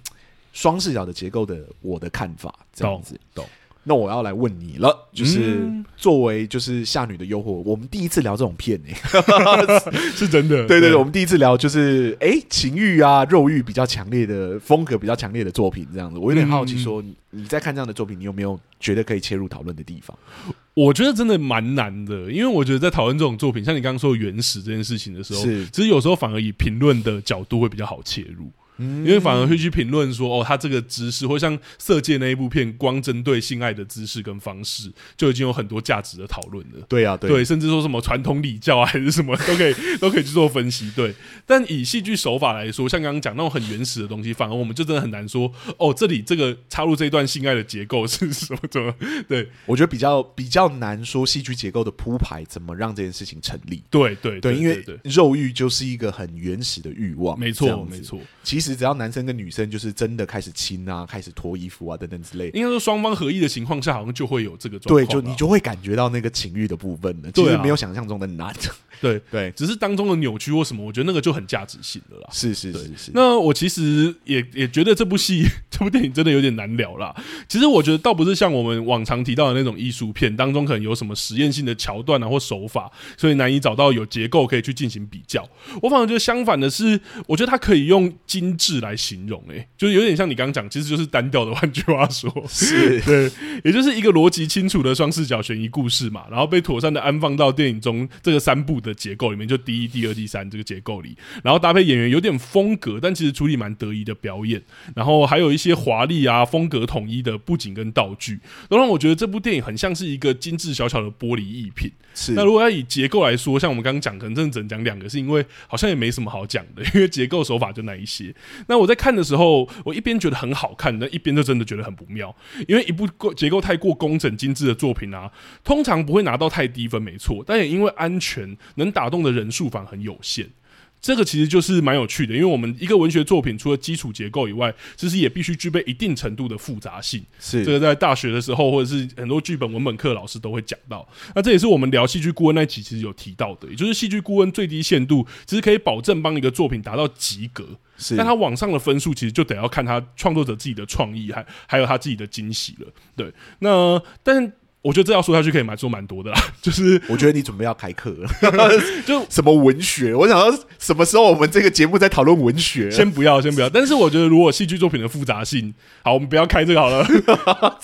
Speaker 1: 双视角的结构的我的看法，这样
Speaker 2: 懂
Speaker 1: 子。
Speaker 2: 懂。
Speaker 1: 那我要来问你了，就是、
Speaker 2: 嗯
Speaker 1: 作为就是《夏女的诱惑》，我们第一次聊这种片诶、
Speaker 2: 嗯是真
Speaker 1: <laughs>
Speaker 2: 的。
Speaker 1: 对对对，我们第一次聊就是诶情欲啊、肉欲比较强烈的风格比较强烈的作品这样子。我有点好奇说，你你在看这样的作品，你有没有觉得可以切入讨论的地方？
Speaker 2: 我觉得真的蛮难的，因为我觉得在讨论这种作品，像你刚刚说的原始这件事情的时候，
Speaker 1: 是
Speaker 2: 其实有时候反而以评论的角度会比较好切入。
Speaker 1: 嗯
Speaker 2: 因为反而会去评论说，哦，他这个知识，或像《色戒》那一部片，光针对性爱的知识跟方式，就已经有很多价值的讨论了。
Speaker 1: 对啊，对，
Speaker 2: 对，甚至说什么传统礼教啊，还是什么，都可以 <laughs> 都可以去做分析。对，但以戏剧手法来说，像刚刚讲那种很原始的东西，反而我们就真的很难说哦，这里这个插入这一段性爱的结构是什么怎么？对
Speaker 1: 我觉得比较比较难说戏剧结构的铺排怎么让这件事情成立。
Speaker 2: 对对
Speaker 1: 对，因
Speaker 2: 对
Speaker 1: 为肉欲就是一个很原始的欲望，
Speaker 2: 没
Speaker 1: 这
Speaker 2: 错
Speaker 1: 样子
Speaker 2: 没。错，
Speaker 1: 其实只要男生跟女生就是真的开始亲啊，开始脱衣服啊等等之类，
Speaker 2: 应该说双方合意的情况下，好像就会有这个状
Speaker 1: 对，
Speaker 2: 况。啊
Speaker 1: 就你就会感觉到那个情欲的部分了，其
Speaker 2: 对
Speaker 1: 实
Speaker 2: 啊
Speaker 1: 没有想象中的难。
Speaker 2: <laughs> 对，
Speaker 1: 对，
Speaker 2: 只是当中的扭曲或什么，我觉得那个就很价值性的啦。
Speaker 1: 是是
Speaker 2: 对
Speaker 1: 是是，
Speaker 2: 那我其实也也觉得这部戏、 <laughs> 这部电影真的有点难聊啦。其实我觉得倒不是像我们往常提到的那种艺术片当中，可能有什么实验性的桥段啊或手法，所以难以找到有结构可以去进行比较。我反而觉得相反的是，我觉得它可以用精致来形容、欸，就是有点像你刚刚讲，其实就是单调的。 <laughs> 换句话说，
Speaker 1: 是
Speaker 2: 对，也就是一个逻辑清楚的双视角悬疑故事嘛，然后被妥善的安放到电影中这个三部的结构里面，就第一、第二、第三这个结构里，然后搭配演员有点风格，但其实处理蛮得意的表演，然后还有一些华丽啊、风格统一的布景跟道具，都让我觉得这部电影很像是一个精致小巧的玻璃艺品。 <laughs>
Speaker 1: 是
Speaker 2: 那如果要以结构来说，像我们刚刚讲，可能真的只能讲两个，是因为好像也没什么好讲的，因为结构手法就那一些。那我在看的时候，我一边觉得很好看，但一边就真的觉得很不妙，因为一部构结构太过工整精致的作品啊，通常不会拿到太低分，没错，但也因为安全，能打动的人数反而很有限。这个其实就是蛮有趣的，因为我们一个文学作品除了基础结构以外，其实也必须具备一定程度的复杂性。
Speaker 1: 是
Speaker 2: 这个在大学的时候，或者是很多剧本文本课老师都会讲到。那这也是我们聊戏剧顾问那一集其实有提到的，也就是戏剧顾问最低限度其实可以保证帮一个作品达到及格，
Speaker 1: 是，
Speaker 2: 但他往上的分数其实就得要看他创作者自己的创意，还还有他自己的惊喜了。对，那但。我觉得这要说下去可以蛮说蛮多的啦， <laughs> 就是
Speaker 1: 我觉得你准备要开课了，
Speaker 2: <laughs> 就
Speaker 1: <laughs> 什么文学？我想到什么时候我们这个节目在讨论文学？
Speaker 2: 先不要，先不要。但是我觉得，如果戏剧作品的复杂性，好，我们不要开这个好了， <laughs>
Speaker 1: <laughs>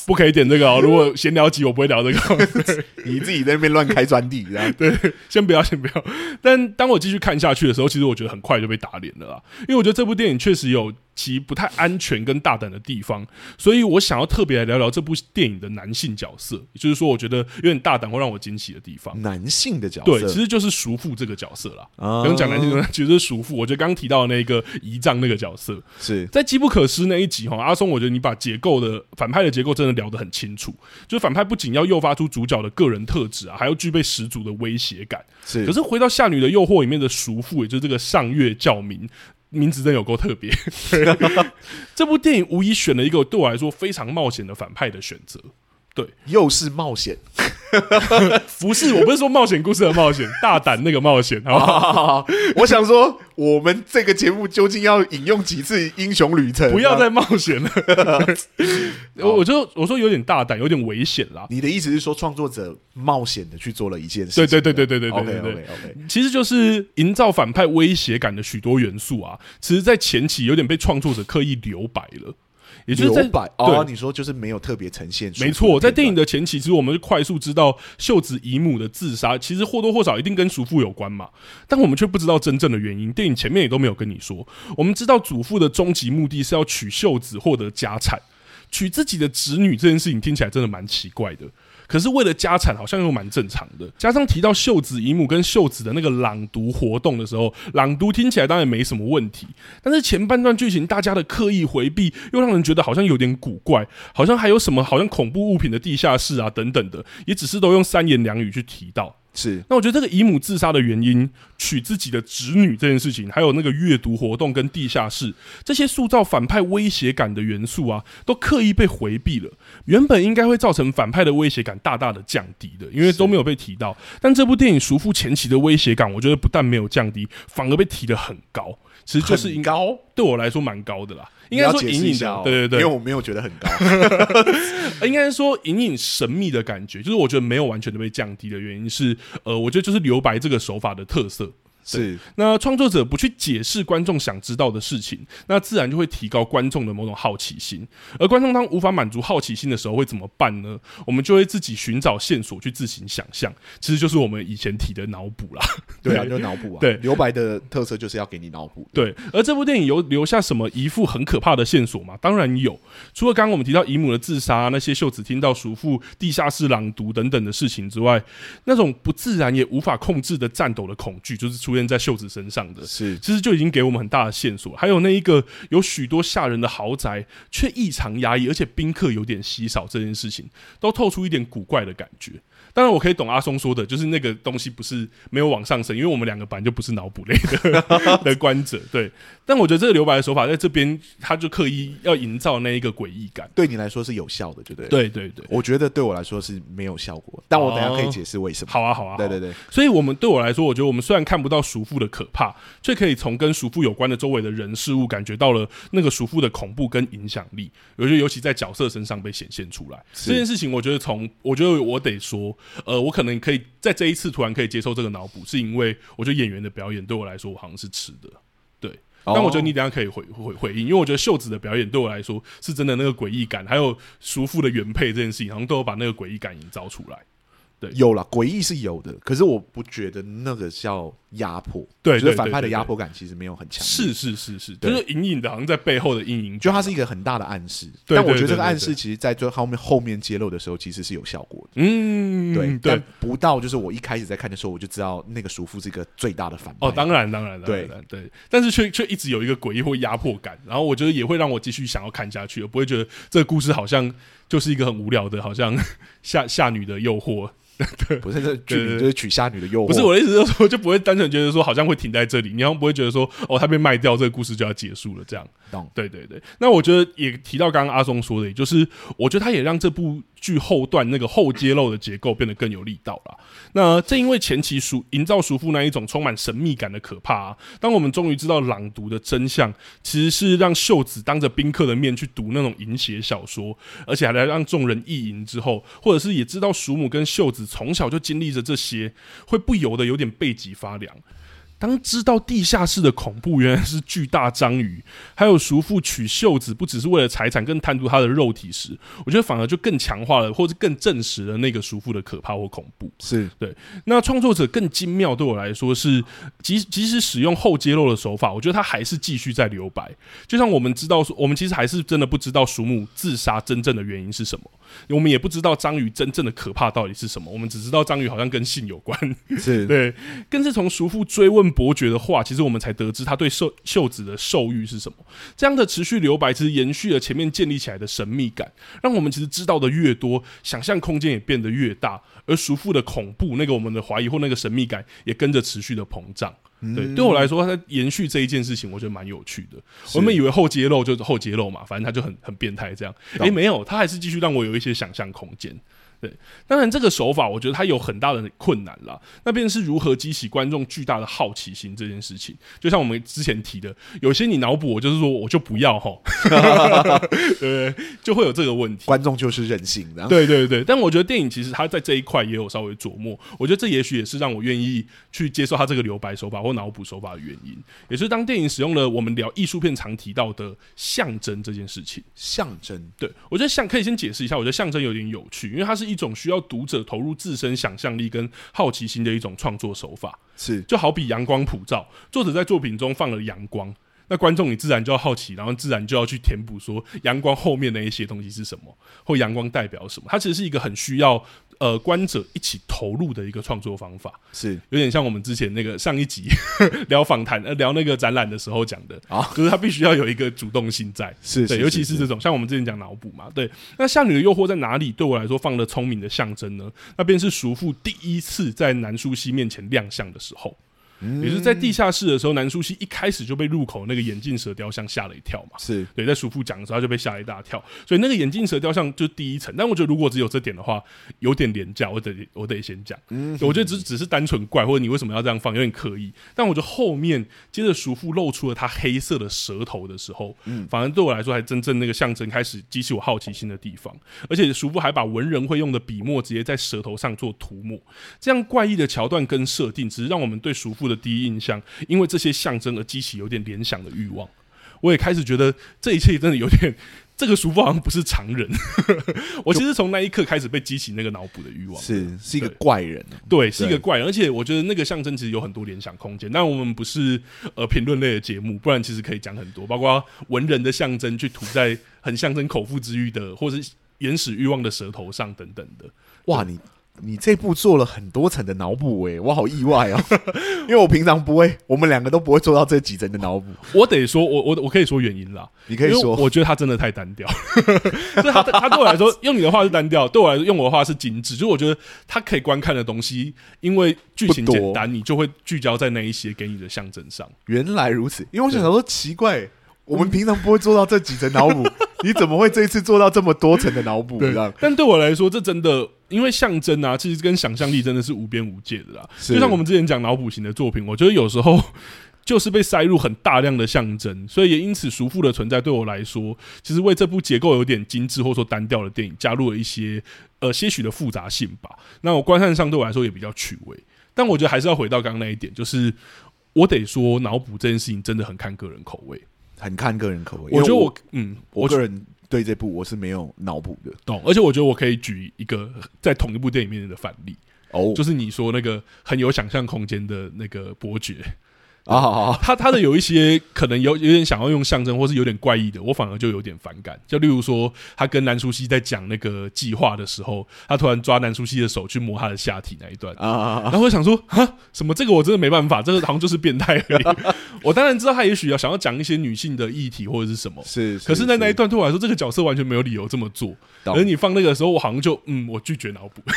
Speaker 2: 不可以点这个哦。如果闲聊集，我不会聊这个。
Speaker 1: <laughs> 你自己在那边乱开专题，然后对
Speaker 2: <laughs> 先不要，先不要。但当我继续看下去的时候，其实我觉得很快就被打脸了啦，因为我觉得这部电影确实有其不太安全跟大胆的地方，所以我想要特别来聊聊这部电影的男性角色，也就是说，我觉得有点大胆会让我惊喜的地方。
Speaker 1: 男性的角色，
Speaker 2: 对，其实就是叔父这个角色啦，
Speaker 1: 啊
Speaker 2: 不用讲男性角色，其实就是叔父。我觉得刚刚提到的那个姨丈那个角色，
Speaker 1: 是
Speaker 2: 在机不可失那一集哈，阿松，我觉得你把结构的反派的结构真的聊得很清楚，就是反派不仅要诱发出主角的个人特质啊，还要具备十足的威胁感。
Speaker 1: 是，
Speaker 2: 可是回到《夏女的诱惑》里面的叔父，也就是这个上月教民。名字真有够特别， <laughs> 这部电影无疑选了一个对我来说非常冒险的反派的选择。
Speaker 1: 又是冒险，
Speaker 2: 不是，我不是说冒险故事的冒险，大胆那个冒险，
Speaker 1: <laughs>
Speaker 2: 好不好？
Speaker 1: 我想说，我们这个节目究竟要引用几次《英雄旅程》？
Speaker 2: 不要再冒
Speaker 1: <laughs>
Speaker 2: 险了。我我就我说有点大胆，有点危险啦。
Speaker 1: 你的意思是说，创作者冒险的去做了一件事
Speaker 2: 对
Speaker 1: 情？
Speaker 2: 对对对对对对对
Speaker 1: OK
Speaker 2: 对
Speaker 1: OK OK，
Speaker 2: 其实就是营造反派威胁感的许多元素啊，其实，在前期有点被创作者刻意留白了，也就是在
Speaker 1: 留白哦，
Speaker 2: 对
Speaker 1: 你说就是没有特别呈现出，
Speaker 2: 没错，在电影的前期，其实我们就快速知道秀子姨母的自杀，其实或多或少一定跟叔父有关嘛，但我们却不知道真正的原因。电影前面也都没有跟你说，我们知道祖父的终极目的是要娶秀子获得家产，娶自己的侄女这件事情听起来真的蛮奇怪的。可是为了家产，好像又蛮正常的。加上提到秀子姨母跟秀子的那个朗读活动的时候，朗读听起来当然没什么问题，但是前半段剧情大家的刻意回避，又让人觉得好像有点古怪，好像还有什么好像恐怖物品的地下室啊等等的，也只是都用三言两语去提到。
Speaker 1: 是
Speaker 2: 那我觉得这个姨母自杀的原因，娶自己的侄女这件事情，还有那个阅读活动跟地下室这些塑造反派威胁感的元素啊，都刻意被回避了。原本应该会造成反派的威胁感大大的降低的，因为都没有被提到。但这部电影熟父前期的威胁感，我觉得不但没有降低，反而被提得很高。其实就是
Speaker 1: 很
Speaker 2: 应该
Speaker 1: 高，
Speaker 2: 对我来说蛮高的啦，
Speaker 1: 你
Speaker 2: 应该
Speaker 1: 要
Speaker 2: 说
Speaker 1: 解
Speaker 2: 隐
Speaker 1: 释一
Speaker 2: 隐
Speaker 1: 下
Speaker 2: 的
Speaker 1: 哦，，
Speaker 2: 对对对，
Speaker 1: 因为我没有觉得很
Speaker 2: <laughs>
Speaker 1: 高，
Speaker 2: 呃应该说隐隐神秘的感觉，就是我觉得没有完全的被降低的原因是，呃，我觉得就是留白这个手法的特色。
Speaker 1: 是
Speaker 2: 那创作者不去解释观众想知道的事情，那自然就会提高观众的某种好奇心。而观众当无法满足好奇心的时候，会怎么办呢？我们就会自己寻找线索去自行想象，其实就是我们以前提的脑补啦。
Speaker 1: 对啊，就脑补啊，
Speaker 2: 对
Speaker 1: 留白的特色就是要给你脑补，
Speaker 2: 对，而这部电影有留下什么一副很可怕的线索吗？当然有，除了刚刚我们提到姨母的自杀，那些秀子听到叔父地下室朗读等等的事情之外，那种不自然也无法控制的颤抖的恐惧，就是出现在秀子身上的。
Speaker 1: 是
Speaker 2: 其实就已经给我们很大的线索，还有那一个有许多吓人的豪宅，却异常压抑，而且宾客有点稀少这件事情，都透出一点古怪的感觉。当然，我可以懂阿松说的，就是那个东西不是没有往上升，因为我们两个本来就不是脑补类
Speaker 1: <laughs>
Speaker 2: 的的观者，对。但我觉得这个留白的手法在这边，他就刻意要营造那一个诡异感。
Speaker 1: 对你来说是有效的，对不对？，
Speaker 2: 对对对，
Speaker 1: 我觉得对我来说是没有效果，但我等一下可以
Speaker 2: 哦
Speaker 1: 解释为什么。
Speaker 2: 好啊好啊，
Speaker 1: 对对
Speaker 2: 对。
Speaker 1: 对，
Speaker 2: 所以，我们对我来说，我觉得我们虽然看不到熟妇的可怕，却可以从跟熟妇有关的周围的人事物，感觉到了那个熟妇的恐怖跟影响力。我觉得尤其在角色身上被显现出来
Speaker 1: 是
Speaker 2: 这件事情，我觉得从我觉得我得说，呃，我可能可以在这一次突然可以接受这个脑补，是因为我觉得演员的表演对我来说，我好像是吃的。但我觉得你
Speaker 1: 哦
Speaker 2: 等一下可以回回回应，因为我觉得秀子的表演对我来说是真的那个诡异感，还有熟妇的原配这件事情，好像都有把那个诡异感营造出来。
Speaker 1: 有了诡异是有的，可是我不觉得那个叫压迫，
Speaker 2: 对
Speaker 1: 觉得
Speaker 2: 对
Speaker 1: 反派的
Speaker 2: 对对
Speaker 1: 压
Speaker 2: 对
Speaker 1: 迫感其实没有很强，，
Speaker 2: 是是是是，就
Speaker 1: 对
Speaker 2: 是隐隐的，好像在背后的阴影。
Speaker 1: 就它是一个很大的暗示，
Speaker 2: 对
Speaker 1: 但我
Speaker 2: 对
Speaker 1: 觉得这个
Speaker 2: 对对
Speaker 1: 暗
Speaker 2: 对
Speaker 1: 示其实在最后面后面揭露的时候其实是有效果的。
Speaker 2: 嗯，
Speaker 1: 对，
Speaker 2: 对
Speaker 1: 但，不到就是我一开始在看的时候，我就知道那个叔父是一个最大的反派。
Speaker 2: 哦，当然当然，当
Speaker 1: 对
Speaker 2: 然当然对，但是却却一直有一个诡异或压迫感，然后我觉得也会让我继续想要看下去，而不会觉得这个故事好像就是一个很无聊的，好像 <laughs> 下下女的诱惑。
Speaker 1: <laughs> 不是这剧
Speaker 2: <laughs> 对
Speaker 1: 名
Speaker 2: 对
Speaker 1: 就是取下女的诱惑，
Speaker 2: 不是我的意思，就是说就不会单纯觉得说好像会停在这里，你好像不会觉得说哦，他被卖掉，这个故事就要结束了这样。
Speaker 1: 懂
Speaker 2: 对对对，那我觉得也提到刚刚阿松说的，也就是我觉得他也让这部剧后段那个后揭露的结构变得更有力道啦。那正因为前期熟营造熟妇那一种充满神秘感的可怕、啊，当我们终于知道朗读的真相，其实是让秀子当着宾客的面去读那种淫邪小说，而且还来让众人意淫之后，或者是也知道熟母跟秀子从小就经历着这些，会不由得有点背脊发凉。当知道地下室的恐怖原来是巨大章鱼，还有熟妇娶秀子不只是为了财产，更贪图她的肉体时，我觉得反而就更强化了，或者更证实了那个熟妇的可怕或恐怖。
Speaker 1: 是
Speaker 2: 那创作者更精妙，对我来说是，即即使使用后揭露的手法，我觉得他还是继续在留白。就像我们知道说，我们其实还是真的不知道鼠母自杀真正的原因是什么，我们也不知道章鱼真正的可怕到底是什么，我们只知道章鱼好像跟性有关。
Speaker 1: 是
Speaker 2: <laughs> 对，更是从叔父追问伯爵的话，其实我们才得知他对秀秀子的兽欲是什么。这样的持续留白，其实延续了前面建立起来的神秘感，让我们其实知道的越多，想象空间也变得越大，而叔父的恐怖，那个我们的怀疑或那个神秘感，也跟着持续的膨胀。对，对我来说，它延续这一件事情，我觉得蛮有趣的。我们以为后揭露就是后揭露嘛，反正他就很很变态这样。
Speaker 1: 懂
Speaker 2: 诶，没有，他还是继续让我有一些想象空间。对，当然这个手法，我觉得它有很大的困难啦，那便是如何激起观众巨大的好奇心这件事情。就像我们之前提的，有些你脑补，我就是说我就不要吼， <laughs> 对，就会有这个问题。
Speaker 1: 观众就是任性的，
Speaker 2: 对对对，但我觉得电影其实它在这一块也有稍微琢磨，我觉得这也许也是让我愿意去接受它这个留白手法或脑补手法的原因，也是当电影使用了我们聊艺术片常提到的象征这件事情。
Speaker 1: 象征
Speaker 2: 对我觉得象可以先解释一下，我觉得象征有点有趣，因为它是一种需要读者投入自身想象力跟好奇心的一种创作手法，
Speaker 1: 是
Speaker 2: 就好比阳光普照，作者在作品中放了阳光。那观众你自然就要好奇，然后自然就要去填补说阳光后面那一些东西是什么，或阳光代表什么。它其实是一个很需要呃观者一起投入的一个创作方法，
Speaker 1: 是
Speaker 2: 有点像我们之前那个上一集 <laughs> 聊访谈呃聊那个展览的时候讲的，
Speaker 1: 啊
Speaker 2: 就是它必须要有一个主动性在。
Speaker 1: 是，
Speaker 2: 对，尤其是这种像我们之前讲脑补嘛，对。那《项女的诱惑》在哪里？对我来说，放了聪明的象征呢？那便是叔父第一次在南舒西面前亮相的时候，也就是在地下室的时候，南舒西一开始就被入口那个眼镜蛇雕像吓了一跳嘛。
Speaker 1: 是
Speaker 2: 对，在叔父讲的时候，他就被吓了一大跳，所以那个眼镜蛇雕像就是第一层。但我觉得如果只有这点的话，有点廉价，我得我得先讲。对我觉得只只是单纯怪，或者你为什么要这样放，有点刻意。但我觉得后面接着叔父露出了他黑色的舌头的时候，反而对我来说，还真正那个象征开始激起我好奇心的地方。而且叔父还把文人会用的笔墨直接在舌头上做涂抹，这样怪异的桥段跟设定，只是让我们对叔父的第一印象，因为这些象征而激起有点联想的欲望。我也开始觉得这一切真的有点， <laughs> 这个叔父好像不是常人。 <laughs> 我其实从那一刻开始被激起那个脑补的欲望。
Speaker 1: 是是一个
Speaker 2: 对
Speaker 1: 怪人，啊
Speaker 2: 对，是一
Speaker 1: 对
Speaker 2: 个怪人，而且我觉得那个象征其实有很多联想空间。但我们不是呃评论类的节目，不然其实可以讲很多，包括文人的象征去涂在很象征口腹之欲的，或是原始欲望的舌头上等等的。
Speaker 1: 哇！你你这部做了很多层的脑补，哎，我好意外哦， <laughs> 因为我平常不会，我们两个都不会做到这几层的脑补。
Speaker 2: 我得说，我我我可以说原因啦，
Speaker 1: 你可以
Speaker 2: 因为
Speaker 1: 说，
Speaker 2: 我觉得他真的太单 <laughs> 调。就他他对我来说，用你的话是单调，对我来说用我的话是精致。就是我觉得他可以观看的东西，因为剧情
Speaker 1: 不多
Speaker 2: 简单，你就会聚焦在那一些给你的象征上。
Speaker 1: 原来如此，因为我想说奇怪，我们平常不会做到这几层脑
Speaker 2: <laughs>
Speaker 1: 补，你怎么会这一次做到这么多层的脑补？这样
Speaker 2: 但对我来说，这真的因为象征啊，其实跟想象力真的是无边无界的啦。
Speaker 1: 是
Speaker 2: 就像我们之前讲脑补型的作品，我觉得有时候 <laughs> 就是被塞入很大量的象征，所以也因此熟妇的存在对我来说，其实为这部结构有点精致或者说单调的电影加入了一些呃些许的复杂性吧。那我观看上对我来说也比较趣味，但我觉得还是要回到刚刚那一点，就是。我得说，脑补这件事情真的很看个人口味。
Speaker 1: 很看个人口味。
Speaker 2: 我觉得
Speaker 1: 因为
Speaker 2: 我，嗯，
Speaker 1: 我个人对这部我是没有脑补的
Speaker 2: 懂，而且我觉得我可以举一个在同一部电影里面的反例，
Speaker 1: 哦
Speaker 2: 就是你说那个很有想象空间的那个伯爵，
Speaker 1: 啊好好好
Speaker 2: 他他的有一些可能有有点想要用象征，或是有点怪异的，我反而就有点反感。就例如说，他跟南舒西在讲那个计划的时候，他突然抓南舒西的手去摸他的下体那一段。
Speaker 1: 啊啊啊
Speaker 2: 然后我想说，哈，什么这个我真的没办法，这个好像就是变态而已。 <laughs> 我当然知道他也许要想要讲一些女性的议题或者是什么，
Speaker 1: 是，
Speaker 2: 可是，在那一
Speaker 1: 是
Speaker 2: 段对我来说，这个角色完全没有理由这么做。
Speaker 1: 懂
Speaker 2: 而你放那个的时候，我好像就嗯，我拒绝脑补， <laughs>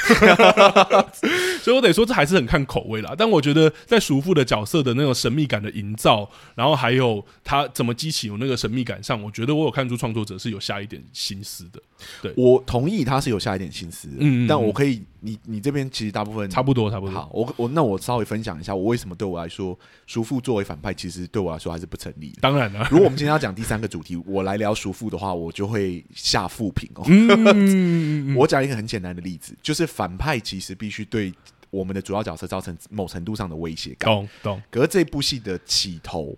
Speaker 2: 所以我得说这还是很看口味啦。但我觉得在熟妇的角色的那种神秘感的营造，然后还有他怎么激起有那个神秘感上，我觉得我有看出创作者是有下一点心思的，
Speaker 1: 我同意他是有下一点心思的，
Speaker 2: 嗯嗯嗯
Speaker 1: 但我可以，你你这边其实大部分
Speaker 2: 差不多，差不多。
Speaker 1: 好，我我那我稍微分享一下，我为什么对我来说，叔父作为反派，其实对我来说还是不成立的。
Speaker 2: 当然了，
Speaker 1: 如果我们今天要讲第三个主题，我来聊叔父的话，我就会下负评哦。
Speaker 2: 嗯嗯嗯，嗯
Speaker 1: 我讲一个很简单的例子，就是反派其实必须对我们的主要角色造成某程度上的威胁感。
Speaker 2: <laughs> 懂懂，
Speaker 1: 可是这部戏的起头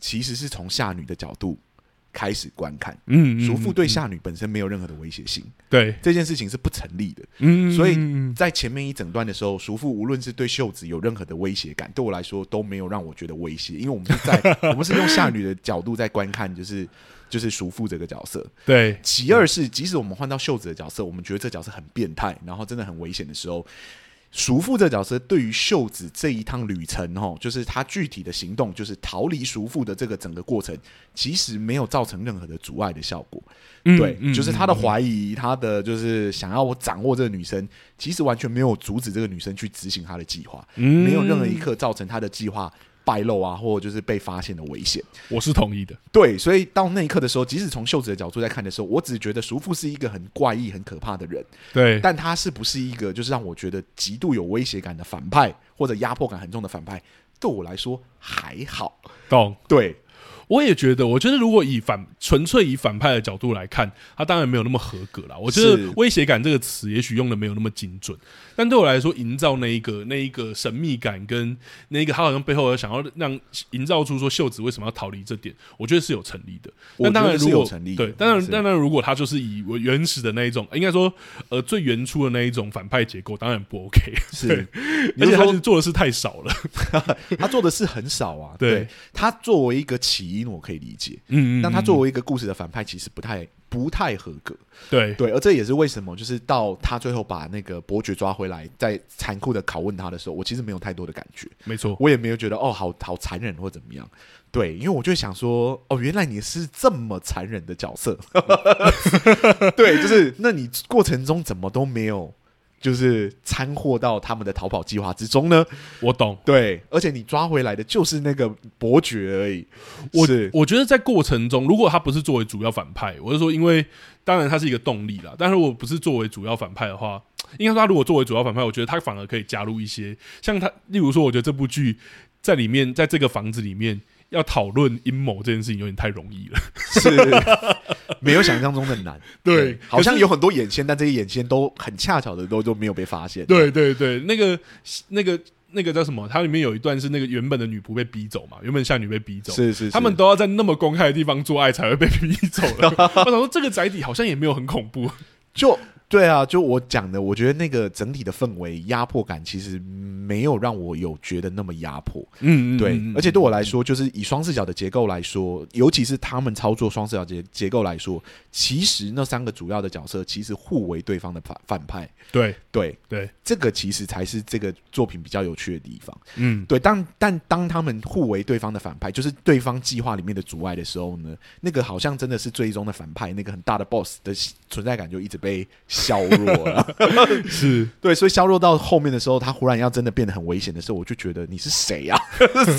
Speaker 1: 其实是从夏女的角度开始观看，
Speaker 2: 嗯，嗯
Speaker 1: 叔父
Speaker 2: 嗯
Speaker 1: 对夏女本身没有任何的威胁性，
Speaker 2: 对，
Speaker 1: 这件事情是不成立的。
Speaker 2: 嗯，
Speaker 1: 所以
Speaker 2: 嗯嗯
Speaker 1: 在前面一整段的时候，叔父无论是对秀子有任何的威胁感，对我来说都没有让我觉得威胁，因为我们是在 <laughs> 我们是用夏女的角度在观看，就是就是叔父这个角色。
Speaker 2: 对，
Speaker 1: 其二是，即使我们换到秀子的角色，我们觉得这角色很变态，然后真的很危险的时候，叔父这角色对于秀子这一趟旅程，哦，就是他具体的行动，就是逃离叔父的这个整个过程，其实没有造成任何的阻碍的效果。
Speaker 2: 嗯
Speaker 1: 对，
Speaker 2: 嗯
Speaker 1: 就是他的
Speaker 2: 嗯
Speaker 1: 怀疑，他的就是想要我掌握这个女生，其实完全没有阻止这个女生去执行她的计划，
Speaker 2: 嗯
Speaker 1: 没有任何一刻造成她的计划败露啊，或者就是被发现的危险。
Speaker 2: 我是同意的，
Speaker 1: 对，所以到那一刻的时候，即使从秀子的角度在看的时候，我只觉得叔父是一个很怪异、很可怕的人，
Speaker 2: 对，
Speaker 1: 但他是不是一个就是让我觉得极度有威胁感的反派，或者压迫感很重的反派，对我来说还好。
Speaker 2: 懂。
Speaker 1: 对，
Speaker 2: 我也觉得，我觉得如果以反纯粹以反派的角度来看，他当然没有那么合格啦。我觉
Speaker 1: 是
Speaker 2: 得“威胁感”这个词也许用的没有那么精准，但对我来说，营造那一个那一个神秘感跟那一个他好像背后有想要让营造出说秀子为什么要逃离这点，我觉得是有成立的。
Speaker 1: 我
Speaker 2: 那当
Speaker 1: 觉
Speaker 2: 然
Speaker 1: 得
Speaker 2: 如
Speaker 1: 是
Speaker 2: 果
Speaker 1: 有成立的
Speaker 2: 对，当然
Speaker 1: 是
Speaker 2: 当然如果他就是以我原始的那一种，应该说呃最原初的那一种反派结构，当然不 OK。
Speaker 1: 是，你
Speaker 2: <laughs> 而
Speaker 1: 是
Speaker 2: 且他
Speaker 1: 说
Speaker 2: 是做的是太少了。
Speaker 1: 他做的事很少啊。
Speaker 2: 对
Speaker 1: 对，他作为一个起因，我可以理解。
Speaker 2: 嗯
Speaker 1: 但他作为一个故事的反派，其实不太不太合格。
Speaker 2: 对
Speaker 1: 对，而这也是为什么，就是到他最后把那个伯爵抓回来，在残酷的拷问他的时候，我其实没有太多的感觉，
Speaker 2: 没错，
Speaker 1: 我也没有觉得哦，好好残忍或怎么样。对，因为我就想说，哦，原来你是这么残忍的角色。 <laughs> 对，就是那你过程中怎么都没有。就是掺和到他们的逃跑计划之中呢？
Speaker 2: 我懂。
Speaker 1: 对，而且你抓回来的就是那个伯爵而已。
Speaker 2: 我
Speaker 1: 是
Speaker 2: 我觉得在过程中，如果他不是作为主要反派，我是说，因为当然他是一个动力啦，但是我不是作为主要反派的话，应该说他如果作为主要反派，我觉得他反而可以加入一些像他，例如说，我觉得这部剧在里面，在这个房子里面要讨论阴谋这件事情有点太容易了，
Speaker 1: 是没有想象中的难。
Speaker 2: 对
Speaker 1: 好
Speaker 2: 可
Speaker 1: 像
Speaker 2: 是
Speaker 1: 有很多眼线，但这些眼线都很恰巧的都都没有被发现。
Speaker 2: 对对对，那个那个那个叫什么？它里面有一段是那个原本的女仆被逼走嘛，原本夏女被逼走，
Speaker 1: 是，是是，
Speaker 2: 他们都要在那么公开的地方做爱才会被逼走了。我想说，这个载体好像也没有很恐怖，
Speaker 1: 就对啊，就我讲的，我觉得那个整体的氛围压迫感其实没有让我有觉得那么压迫。
Speaker 2: 嗯嗯，
Speaker 1: 对
Speaker 2: 嗯，
Speaker 1: 而且对我来说，就是以双视角的结构来说，尤其是他们操作双视角结结构来说，其实那三个主要的角色其实互为对方的反反派。
Speaker 2: 对，
Speaker 1: 对
Speaker 2: 对，
Speaker 1: 这个其实才是这个作品比较有趣的地方。
Speaker 2: 嗯，
Speaker 1: 对，但但当他们互为对方的反派，就是对方计划里面的阻碍的时候呢，那个好像真的是最终的反派，那个很大的 BOSS 的存在感就一直被削弱了。 <laughs>
Speaker 2: 是
Speaker 1: 对，所以削弱到后面的时候，他忽然要真的变得很危险的时候，我就觉得你是谁呀、 <laughs>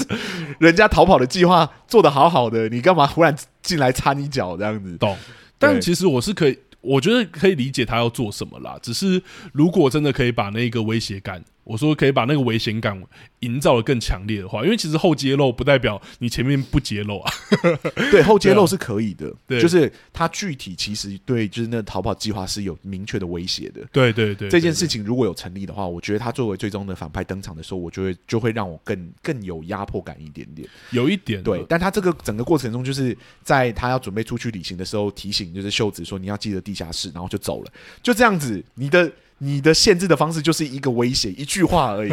Speaker 1: 人家逃跑的计划做得好好的，你干嘛忽然进来插你脚这样子？
Speaker 2: 懂。但
Speaker 1: 对
Speaker 2: 其实我是可以，我觉得可以理解他要做什么啦。只是如果真的可以把那个威胁感，我说可以把那个危险感营造的更强烈的话，因为其实后揭露不代表你前面不揭露啊。
Speaker 1: 对，后揭
Speaker 2: 对
Speaker 1: 露
Speaker 2: 啊
Speaker 1: 是可以的，
Speaker 2: 对
Speaker 1: 就是他具体其实对就是那逃跑计划是有明确的威胁的。
Speaker 2: 对对对，
Speaker 1: 这件
Speaker 2: 对
Speaker 1: 事情如果有成立的话，我觉得他作为最终的反派登场的时候，我就会就会让我更更有压迫感一点点。
Speaker 2: 有一点
Speaker 1: 对，但他这个整个过程中，就是在他要准备出去旅行的时候，提醒就是秀子说你要记得地下室，然后就走了，就这样子。你的你的限制的方式就是一个威胁，一句话
Speaker 2: <laughs>
Speaker 1: 而已。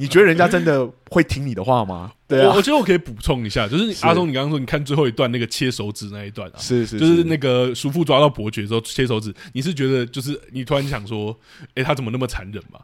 Speaker 1: 你觉得人家真的会听你的话吗？对啊
Speaker 2: 我我，觉得我可以补充一下，就是你
Speaker 1: 是
Speaker 2: 阿忠，你刚刚说你看最后一段那个切手指那一段啊，
Speaker 1: 是是
Speaker 2: 就是那个叔父抓到伯爵之后切手指，你是觉得就是你突然想说，诶，他怎么那么残忍嘛？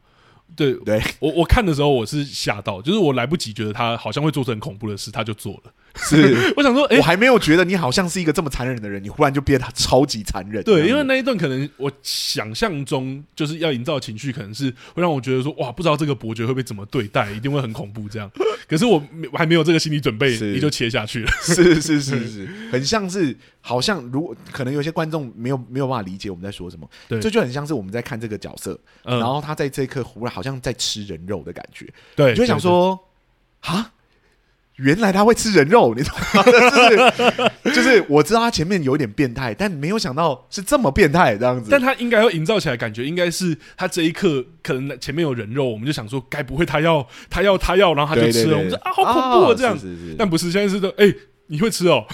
Speaker 2: 对
Speaker 1: 对，
Speaker 2: 我我看的时候我是吓到，就是我来不及觉得他好像会做成很恐怖的事，他就做了。 <laughs>
Speaker 1: 是。
Speaker 2: 我想说，诶，
Speaker 1: 我还没有觉得你好像是一个这么残忍的人，你忽然就变得超级残忍。
Speaker 2: 对，因为那一段可能我想象中就是要营造情绪，可能是会让我觉得说，哇，不知道这个伯爵会被怎么对待，一定会很恐怖这样。可是我没还没有这个心理准备，
Speaker 1: 是
Speaker 2: 你就切下去 <laughs> 了。
Speaker 1: 是是是是，很像是，好像如果可能有些观众没有没有办法理解我们在说什么，
Speaker 2: 对
Speaker 1: 这就很像是我们在看这个角色，
Speaker 2: 嗯
Speaker 1: 然后他在这一刻忽然好像在吃人肉的感觉，
Speaker 2: 对，
Speaker 1: 你就会想
Speaker 2: 对
Speaker 1: 说，啊，原来他会吃人肉， <laughs> 你懂吗？就是就是我知道他前面有一点变态，但没有想到是这么变态这样子
Speaker 2: 但。他应该要营造起来，感觉应该是他这一刻可能前面有人肉，我们就想说，该不会他要他要他要，然后他就
Speaker 1: 对对
Speaker 2: 吃
Speaker 1: 对
Speaker 2: 了，我们说啊，好恐怖哦，这样。
Speaker 1: 是是是
Speaker 2: 但不是，现在是说，哎、你会吃
Speaker 1: <laughs>
Speaker 2: 哦，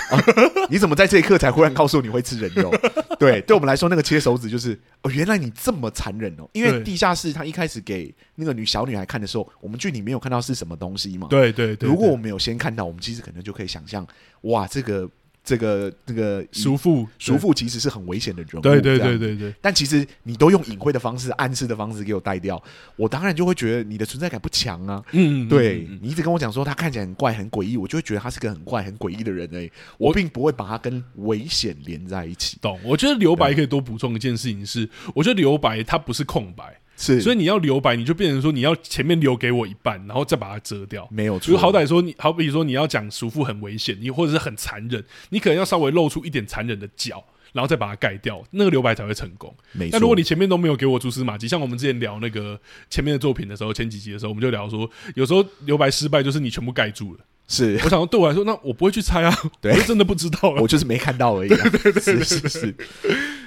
Speaker 1: 你怎么在这一刻才忽然告诉我你会吃人
Speaker 2: <laughs>
Speaker 1: 肉？对，对我们来说，那个切手指就是哦，原来你这么残忍哦。因为
Speaker 2: 对
Speaker 1: 地下室他一开始给那个女小女孩看的时候，我们剧里没有看到是什么东西嘛。
Speaker 2: 对对对。
Speaker 1: 如果我
Speaker 2: 对
Speaker 1: 们有先看到，我们其实可能就可以想象，哇，这个这个这个
Speaker 2: 叔父
Speaker 1: 叔，父其实是很危险的人物。
Speaker 2: 对对
Speaker 1: 这样
Speaker 2: 对。对对，
Speaker 1: 但其实你都用隐晦的方式、暗示的方式给我带掉，我当然就会觉得你的存在感不强啊。
Speaker 2: 嗯，嗯
Speaker 1: 对
Speaker 2: 嗯嗯
Speaker 1: 你一直跟我讲说他看起来很怪、很诡异，我就会觉得他是个很怪、很诡异的人而已。我并不会把他跟危险连在一起，
Speaker 2: 懂。我觉得留白可以多补充一件事情是，我觉得留白它不是空白，
Speaker 1: 是，
Speaker 2: 所
Speaker 1: 以
Speaker 2: 以你要留白，你就变成说你要前面留给我一半，然后再把它遮掉。
Speaker 1: 没有错。
Speaker 2: 就是好歹说你，好比说你要讲叔父很危险，你或者是很残忍，你可能要稍微露出一点残忍的角，然后再把它盖掉，那个留白才会成功。
Speaker 1: 没错。
Speaker 2: 那如果你前面都没有给我蛛丝马迹，像我们之前聊那个前面的作品的时候，前几集的时候，我们就聊说，有时候留白失败就是你全部盖住了。
Speaker 1: 是
Speaker 2: 我想说对我来说，那我不会去猜啊，我
Speaker 1: 对
Speaker 2: 就真的不知道了
Speaker 1: <laughs> 我。就是没看到而已、啊。是是是。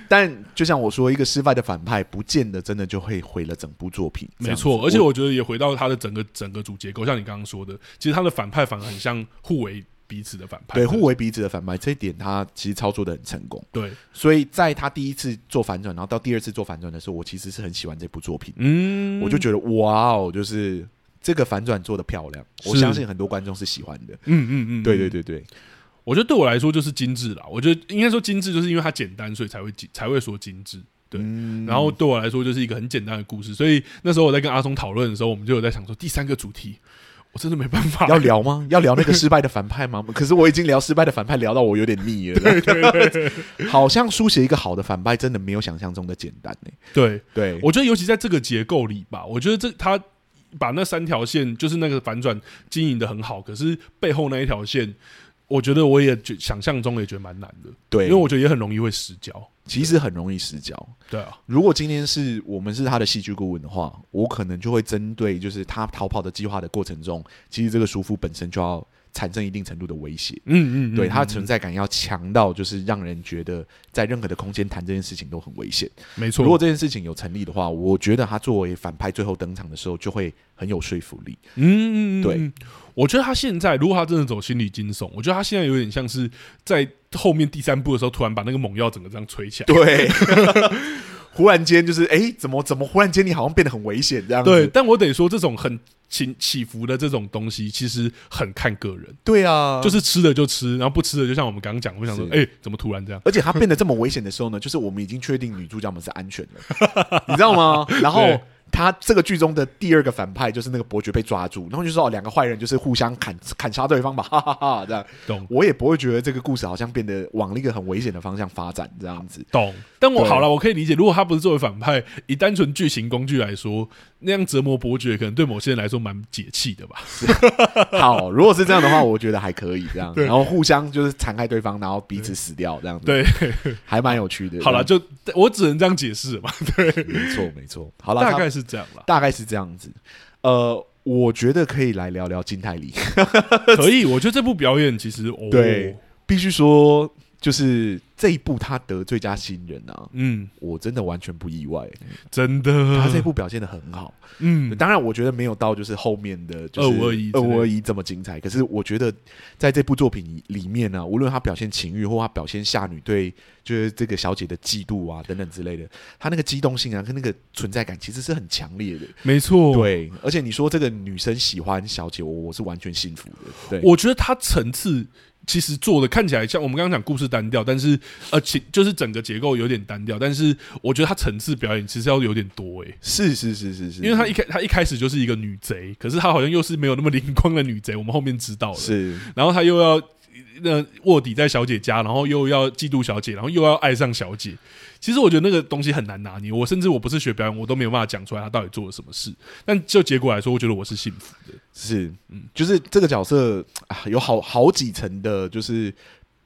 Speaker 1: 但就像我说，一个失败的反派，不见得真的就会毁了整部作品。 <laughs> 这
Speaker 2: 没
Speaker 1: 样子
Speaker 2: 错，而且
Speaker 1: 我
Speaker 2: 我觉得也回到他的整个整个主结构，像你刚刚说的，其实他的反派反而很像互为彼此的反派，
Speaker 1: 对互为彼此的反派这一点，他其实操作的很成功。
Speaker 2: 对，
Speaker 1: 所以在他第一次做反转，然后到第二次做反转的时候，我其实是很喜欢这部作品。
Speaker 2: 嗯，
Speaker 1: 我就觉得哇哦，就是这个反转做的漂亮，我
Speaker 2: 是
Speaker 1: 相信很多观众是喜欢的。
Speaker 2: 嗯嗯嗯，
Speaker 1: 对对对对，
Speaker 2: 我觉得对我来说就是精致啦。我觉得应该说精致，就是因为它简单，所以才会精才会说精致。对，
Speaker 1: 嗯
Speaker 2: 然后对我来说就是一个很简单的故事。所以那时候我在跟阿松讨论的时候，我们就有在想说，第三个主题我真的没办法
Speaker 1: 要。聊吗？ <laughs> 要聊那个失败的反派吗？可是我已经聊失败的反派聊到我有点腻了。对好像书写一个好的反派真的没有想象中的简单欸呢、
Speaker 2: 对，
Speaker 1: 对，
Speaker 2: 我觉得尤其在这个结构里吧，我觉得这他把那三条线就是那个反转经营的很好，可是背后那一条线，我觉得我也觉想象中也觉得蛮难的，
Speaker 1: 对，
Speaker 2: 因为我觉得也很容易会失焦。
Speaker 1: 其实很容易失焦。
Speaker 2: 对啊，
Speaker 1: 如果今天是我们是他的戏剧顾问的话，我可能就会针对就是他逃跑的计划的过程中，其实这个叔父本身就要产生一定程度的威胁。
Speaker 2: 嗯嗯，嗯
Speaker 1: 对他的
Speaker 2: 嗯
Speaker 1: 存在感要强到，就是让人觉得在任何的空间谈这件事情都很危险。
Speaker 2: 没错。
Speaker 1: 如果这件事情有成立的话，我觉得他作为反派最后登场的时候，就会很有说服力。
Speaker 2: 嗯，
Speaker 1: 对
Speaker 2: 嗯，我觉得他现在如果他真的走心理惊悚，我觉得他现在有点像是在后面第三部的时候，突然把那个猛药整个这样吹起来，
Speaker 1: 对， <laughs> 忽然间就是哎、诶怎么怎么忽然间你好像变得很危险这样子？
Speaker 2: 对，但我得说，这种很起起伏的这种东西，其实很看个人，
Speaker 1: 对啊，
Speaker 2: 就是吃了就吃，然后不吃了，就像我们刚刚讲，我想说，
Speaker 1: 是
Speaker 2: 哎、怎么突然这样？
Speaker 1: 而且它变得这么危险的时候呢，就是我们已经确定女主角们是安全的，你知道吗？然后
Speaker 2: 对
Speaker 1: 他这个剧中的第二个反派就是那个伯爵被抓住，然后就说哦，两个坏人就是互相砍砍杀对方吧，哈哈哈这样。
Speaker 2: 懂
Speaker 1: 我也不会觉得这个故事好像变得往一个很危险的方向发展这样子。
Speaker 2: 懂？但我
Speaker 1: 对
Speaker 2: 好了，我可以理解，如果他不是作为反派，以单纯剧情工具来说，那样折磨伯爵，可能对某些人来说蛮解气的吧？
Speaker 1: 好，如果是这样的话，我觉得还可以这样，然后互相就是残害对方，然后彼此死掉这样子，
Speaker 2: 对，
Speaker 1: 还蛮有趣的。
Speaker 2: 好了，
Speaker 1: 这
Speaker 2: 就我只能这样解释嘛，
Speaker 1: 样子没错没错。好了，
Speaker 2: 大
Speaker 1: 差
Speaker 2: 概是这样啦。
Speaker 1: 大概是这样子。呃，我觉得可以来聊聊金泰梨。
Speaker 2: <laughs> 可
Speaker 1: <laughs>
Speaker 2: 以，我觉得这部表演其实，哦，
Speaker 1: 对，必须说，就是这一部他得最佳新人啊，
Speaker 2: 嗯，
Speaker 1: 我真的完全不意外，
Speaker 2: 真的，
Speaker 1: 他这一部表现的很好。
Speaker 2: 嗯，
Speaker 1: 当然，我觉得没有到就是后面的二
Speaker 2: 2521之类
Speaker 1: 五二一这么精彩，可是我觉得在这部作品里面呢、无论他表现情欲或他表现下女对就是这个小姐的嫉妒啊等等之类的，他那个机动性啊跟那个存在感其实是很强烈的。
Speaker 2: 没错，
Speaker 1: 对，而且你说这个女生喜欢小姐，我我是完全信服的。对，
Speaker 2: 我觉得它层次其实做的看起来像我们刚刚讲故事单调，但是呃，其就是整个结构有点单调，但是我觉得它层次表演其实要有点多诶、
Speaker 1: 是是是是是，
Speaker 2: 因为她一开她一开始就是一个女贼，可是她好像又是没有那么灵光的女贼，我们后面知道了。
Speaker 1: 是
Speaker 2: 然后她又要呃卧底在小姐家，然后又要嫉妒小姐，然后又要爱上小姐。其实我觉得那个东西很难拿捏，我甚至我不是学表演，我都没有办法讲出来她到底做了什么事。但就结果来说，我觉得我是幸福的。
Speaker 1: 是，就是这个角色啊，有好好几层的，就是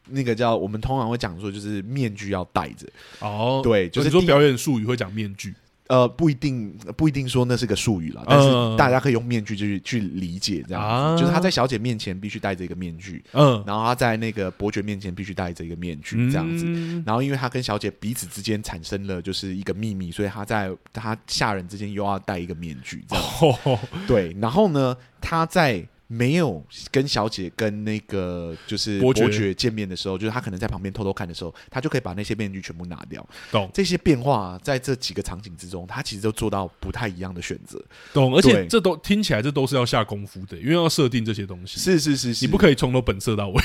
Speaker 1: 那个叫我们通常会讲说，就是面具要戴着。
Speaker 2: 哦，
Speaker 1: 对就是
Speaker 2: 你说
Speaker 1: 第一
Speaker 2: 表演术语会讲面具。
Speaker 1: 呃，不一定，不一定说那是个术语啦，但是大家可以用面具去去理解这样子，
Speaker 2: 嗯啊
Speaker 1: 就是他在小姐面前必须戴着一个面具，
Speaker 2: 嗯，
Speaker 1: 然后他在那个伯爵面前必须戴着一个面具这样子。
Speaker 2: 嗯
Speaker 1: 然后，因为他跟小姐彼此之间产生了就是一个秘密，所以他在他下人之间又要戴一个面具，这样
Speaker 2: 哦，
Speaker 1: 对，然后呢，他在没有跟小姐跟那个就是伯
Speaker 2: 伯爵
Speaker 1: 爵见面的时候，就是他可能在旁边偷偷看的时候，他就可以把那些面具全部拿掉。
Speaker 2: 懂
Speaker 1: 这些变化啊在这几个场景之中，他其实都做到不太一样的选择。
Speaker 2: <laughs> 懂，而
Speaker 1: 对
Speaker 2: 且这都听起来这都是要下功夫的，因为要设定这些东西，
Speaker 1: 是是是是，
Speaker 2: 你不可以从头本色到位。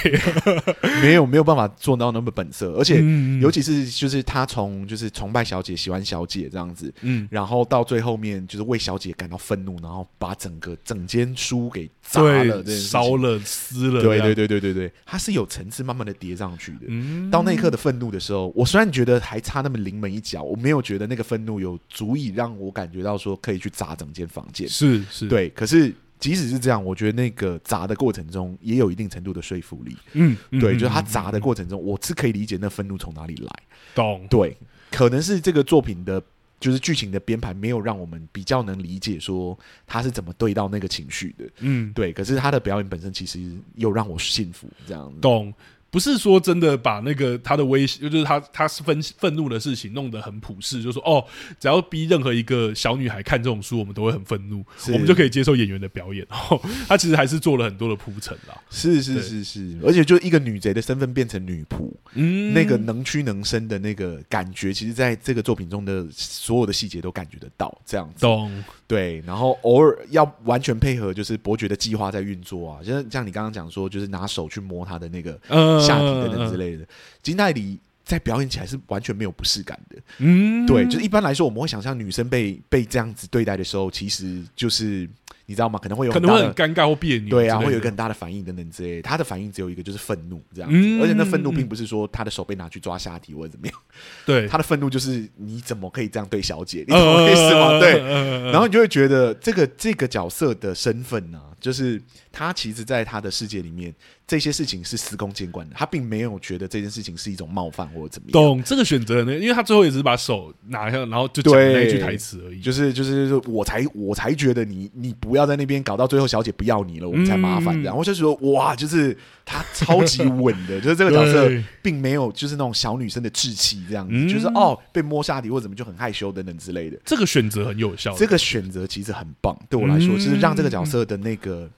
Speaker 1: 没有没有办法做到那么本色，而且
Speaker 2: 嗯
Speaker 1: 尤其是就是他从就是崇拜小姐、喜欢小姐这样子，
Speaker 2: 嗯，
Speaker 1: 然后到最后面就是为小姐感到愤怒，然后把整个整间书给砸了，这
Speaker 2: <laughs> 对，
Speaker 1: 件事
Speaker 2: 烧
Speaker 1: 情
Speaker 2: 了、撕了，
Speaker 1: 对对
Speaker 2: 对，
Speaker 1: 对对对对，它是有层次慢慢的叠上去的。
Speaker 2: 嗯，
Speaker 1: 到那一刻的愤怒的时候，我虽然觉得还差那么临门一脚，我没有觉得那个愤怒有足以让我感觉到说可以去砸整间房间。
Speaker 2: 是是，，
Speaker 1: 对，可是即使是这样，我觉得那个砸的过程中也有一定程度的说服力。
Speaker 2: 嗯，嗯
Speaker 1: 对，
Speaker 2: 嗯
Speaker 1: 就是他
Speaker 2: 嗯
Speaker 1: 砸的过程中，我是可以理解那愤怒从哪里来。
Speaker 2: 懂，
Speaker 1: 对，可能是这个作品的。就是剧情的编排没有让我们比较能理解说他是怎么对到那个情绪的，
Speaker 2: 嗯，
Speaker 1: 对。可是他的表演本身其实又让我幸福，这样子。
Speaker 2: 懂。不是说真的把那个他的威胁，就是他他是愤愤怒的事情弄得很普世，就说哦，只要逼任何一个小女孩看这种书，我们都会很愤怒，
Speaker 1: 是
Speaker 2: 我们就可以接受演员的表演。哦，他其实还是做了很多的铺陈啦。
Speaker 1: 是是
Speaker 2: 对
Speaker 1: 是是，而且就一个女贼的身份变成女仆，
Speaker 2: 嗯
Speaker 1: 那个能屈能伸的那个感觉，其实在这个作品中的所有的细节都感觉得到，这样子。
Speaker 2: 懂，
Speaker 1: 对，然后偶尔要完全配合，就是伯爵的计划在运作啊，就是像你刚刚讲说，就是拿手去摸他的那个
Speaker 2: 呃
Speaker 1: 下体等等之，类
Speaker 2: 嗯
Speaker 1: 的，金泰梨。在表演起来是完全没有不适感的，
Speaker 2: 嗯，
Speaker 1: 对，就是一般来说，我们会想象女生被被这样子对待的时候，其实就是你知道吗？可能会有
Speaker 2: 可
Speaker 1: 很
Speaker 2: 能
Speaker 1: 大
Speaker 2: 会
Speaker 1: 的
Speaker 2: 很尴尬或别扭之类的，
Speaker 1: 对啊，会有一个很大的反应等等之类的。他的反应只有一个，就是愤怒这样子，
Speaker 2: 嗯
Speaker 1: 而且那愤怒并不是说他的手被拿去抓下体或者怎么样，
Speaker 2: 对，哦
Speaker 1: 他的愤怒就是你怎么可以这样对小姐？
Speaker 2: <laughs>
Speaker 1: 你懂我意思吗？
Speaker 2: 嗯
Speaker 1: 对。
Speaker 2: 对
Speaker 1: 然后你就会觉得这个这个角色的身份呢、就是他其实在他的世界里面，这些事情是司空见惯的，他并没有觉得这件事情是一种冒犯或者怎么样。
Speaker 2: 懂这个选择呢，因为他最后也只是把手拿下，然后就讲了那一句台词而已，
Speaker 1: 就是就是，我才我才觉得你你不要在那边搞到最后，小姐不要你了，我们才麻烦。
Speaker 2: 嗯
Speaker 1: 然后就是说，哇，就是他超级稳的，就是这个角色
Speaker 2: 对
Speaker 1: 并没有就是那种小女生的稚气这样子，
Speaker 2: 嗯
Speaker 1: 就是哦被摸下体或怎么就很害羞等等之类的。
Speaker 2: 这个选择很有效的。
Speaker 1: 这个选择其实很棒，对我来说，
Speaker 2: 哦嗯
Speaker 1: 就是让这个角色的那个。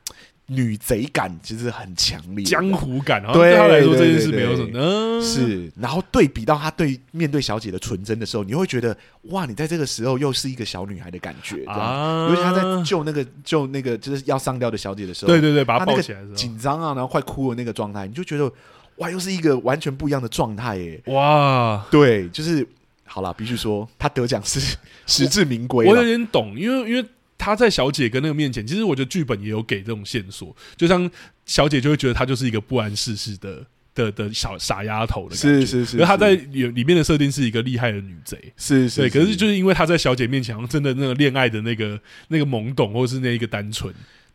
Speaker 1: 女贼感其实很强烈的，
Speaker 2: 江湖感，然后对他来说
Speaker 1: 对
Speaker 2: 这件
Speaker 1: 对
Speaker 2: 事没有
Speaker 1: 对
Speaker 2: 什么，嗯，
Speaker 1: 是，然后对比到她对面对小姐的纯真的时候，你会觉得哇，你在这个时候又是一个小女孩的感觉，这样
Speaker 2: 啊，
Speaker 1: 尤其她在救那个救那个就是要上吊的小姐的时候，
Speaker 2: 对对对，把
Speaker 1: 她那
Speaker 2: 他抱
Speaker 1: 个
Speaker 2: 起来的时
Speaker 1: 紧张啊，然后快哭的那个状态，你就觉得哇，又是一个完全不一样的状态耶。
Speaker 2: 候，哇，
Speaker 1: 对，就是好啦，必须说她得奖是实至名归
Speaker 2: 我有
Speaker 1: 了。
Speaker 2: 点懂，因为因为他在小姐跟那个面前，其实我觉得剧本也有给这种线索，就像小姐就会觉得她就是一个不谙世事的的的小傻丫头的感觉，
Speaker 1: 是是是，
Speaker 2: 而她在
Speaker 1: 是
Speaker 2: 里里面的设定是一个厉害的女贼。
Speaker 1: 是是，
Speaker 2: 对，可是就是因为她在小姐面前，好像真的那个恋爱的那个那个懵懂，或是那一个单纯，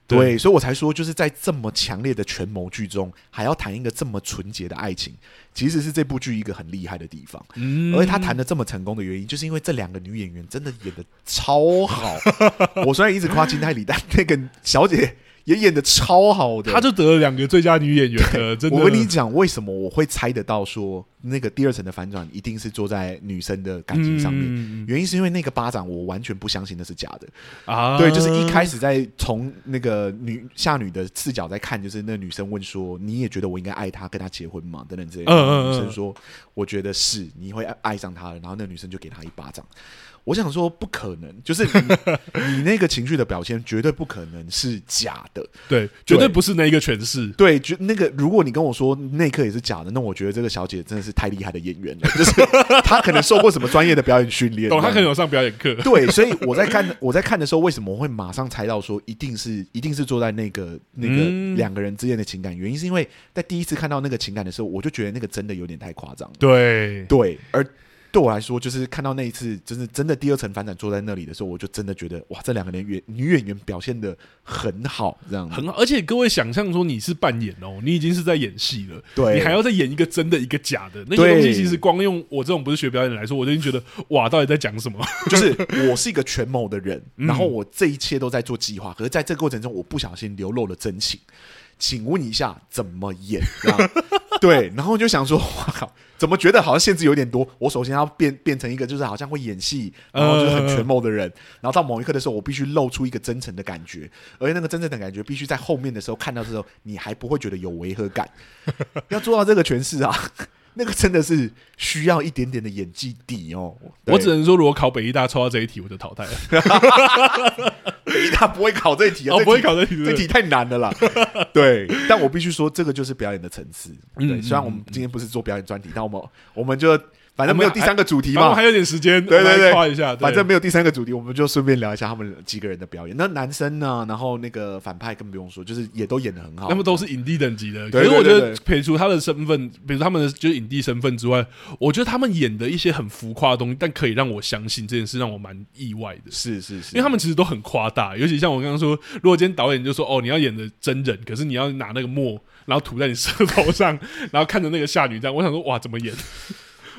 Speaker 1: 对，所以我才说，就是在这么强烈的权谋剧中，还要谈一个这么纯洁的爱情，其实是这部剧一个很厉害的地方。
Speaker 2: 嗯，
Speaker 1: 而他谈的这么成功的原因，就是因为这两个女演员真的演的超好。 <laughs> 我虽然一直夸金泰里，但那个小姐也演的超好的。
Speaker 2: 她就得了两个最佳
Speaker 1: <laughs>
Speaker 2: 女演员的，真的，
Speaker 1: 我跟你讲，为什么我会猜得到说那个第二层的反转一定是坐在女生的感情上面？
Speaker 2: 嗯
Speaker 1: 原因是因为那个巴掌，我完全不相信那是假的。
Speaker 2: 啊，
Speaker 1: 对，就是一开始在从那个女夏女的视角在看，就是那女生问说：“你也觉得我应该爱他，跟他结婚吗？”等等之类的。
Speaker 2: 嗯嗯嗯
Speaker 1: 女生说：“我觉得是，你会爱爱上他的。”然后那女生就给他一巴掌。我想说，不可能，就是你
Speaker 2: <laughs>
Speaker 1: 你那个情绪的表现绝对不可能是假的。
Speaker 2: 对，绝对
Speaker 1: 对
Speaker 2: 不是那一个诠释，
Speaker 1: 对，就那个，如果你跟我说那一刻也是假的，那我觉得这个小姐真的是太厉害的演员了，就是她可能受过什么专业的表演训练。
Speaker 2: 懂？她
Speaker 1: 这
Speaker 2: 可能
Speaker 1: 样
Speaker 2: 有上表演课，
Speaker 1: 对，所以我在看我在看的时候，为什么我会马上猜到说一定是一定是坐在那个那个
Speaker 2: 嗯
Speaker 1: 两个人之间的情感？原因是因为在第一次看到那个情感的时候，我就觉得那个真的有点太夸张了。
Speaker 2: 对，
Speaker 1: 对，而对我来说，就是看到那一次，就是真的第二层反转坐在那里的时候，我就真的觉得哇，这两个人演女演员表现的很好，这样子
Speaker 2: 很好。而且各位想象说你是扮演哦，你已经是在演戏了，
Speaker 1: 对，
Speaker 2: 你还要再演一个真的，一个假的，那些
Speaker 1: 对
Speaker 2: 东西其实光用我这种不是学表演的来说，我就已经觉得哇，到底在讲什么？
Speaker 1: <laughs> 就是我是一个权谋的人，
Speaker 2: 嗯
Speaker 1: 然后我这一切都在做计划，可是在这个过程中，我不小心流露了真情。请问一下，怎么演？这
Speaker 2: <laughs>
Speaker 1: 样对，然后我就想说，哇靠，怎么觉得好像限制有点多？我首先要变变成一个就是好像会演戏，
Speaker 2: 呃
Speaker 1: 然后就是很权谋的人，然后到某一刻的时候，我必须露出一个真诚的感觉，而且那个真诚的感觉必须在后面的时候看到的时候，你还不会觉得有违和
Speaker 2: <laughs>
Speaker 1: 感。要做到这个诠释啊， <laughs> 那个真的是需要一点点的演技底哦。对
Speaker 2: 我只能说，如果考北医大抽到这一题，我就淘
Speaker 1: <laughs>
Speaker 2: 汰了。
Speaker 1: 北大不会考这一题啊，
Speaker 2: 哦，
Speaker 1: 这
Speaker 2: 不会
Speaker 1: 题
Speaker 2: 考这一题，
Speaker 1: 这题太难
Speaker 2: <laughs>
Speaker 1: 了啦。对，但我必须说，这个就是表演的层次。
Speaker 2: 嗯
Speaker 1: 对，
Speaker 2: 嗯
Speaker 1: 虽然我们今天不是做表演专题，但我们我们就反正没有第三个主题
Speaker 2: 反正我
Speaker 1: 嘛
Speaker 2: 们还，有点时间，
Speaker 1: 对对
Speaker 2: 我们来
Speaker 1: 对
Speaker 2: 跨一下，对
Speaker 1: 反正没有第三个主题，我们就顺便聊一下他们几个人的表演。那男生呢，然后那个反派更不用说，就是也都演的很好。
Speaker 2: 他们都是影帝等级的。可
Speaker 1: 对
Speaker 2: 是我觉
Speaker 1: 对
Speaker 2: 得
Speaker 1: 对对，
Speaker 2: 撇除他的身份，比如他们的就是影帝身份之外，我觉得他们演的一些很浮夸的东西，但可以让我相信这件事，让我蛮意外的。
Speaker 1: 是是是，
Speaker 2: 因为他们其实都很夸大，尤其像我刚刚说，如果今天导演就说哦，你要演的真人，可是你要拿那个墨，然后涂在你舌头上，然后看着那个下女这样，我想说哇，怎么演？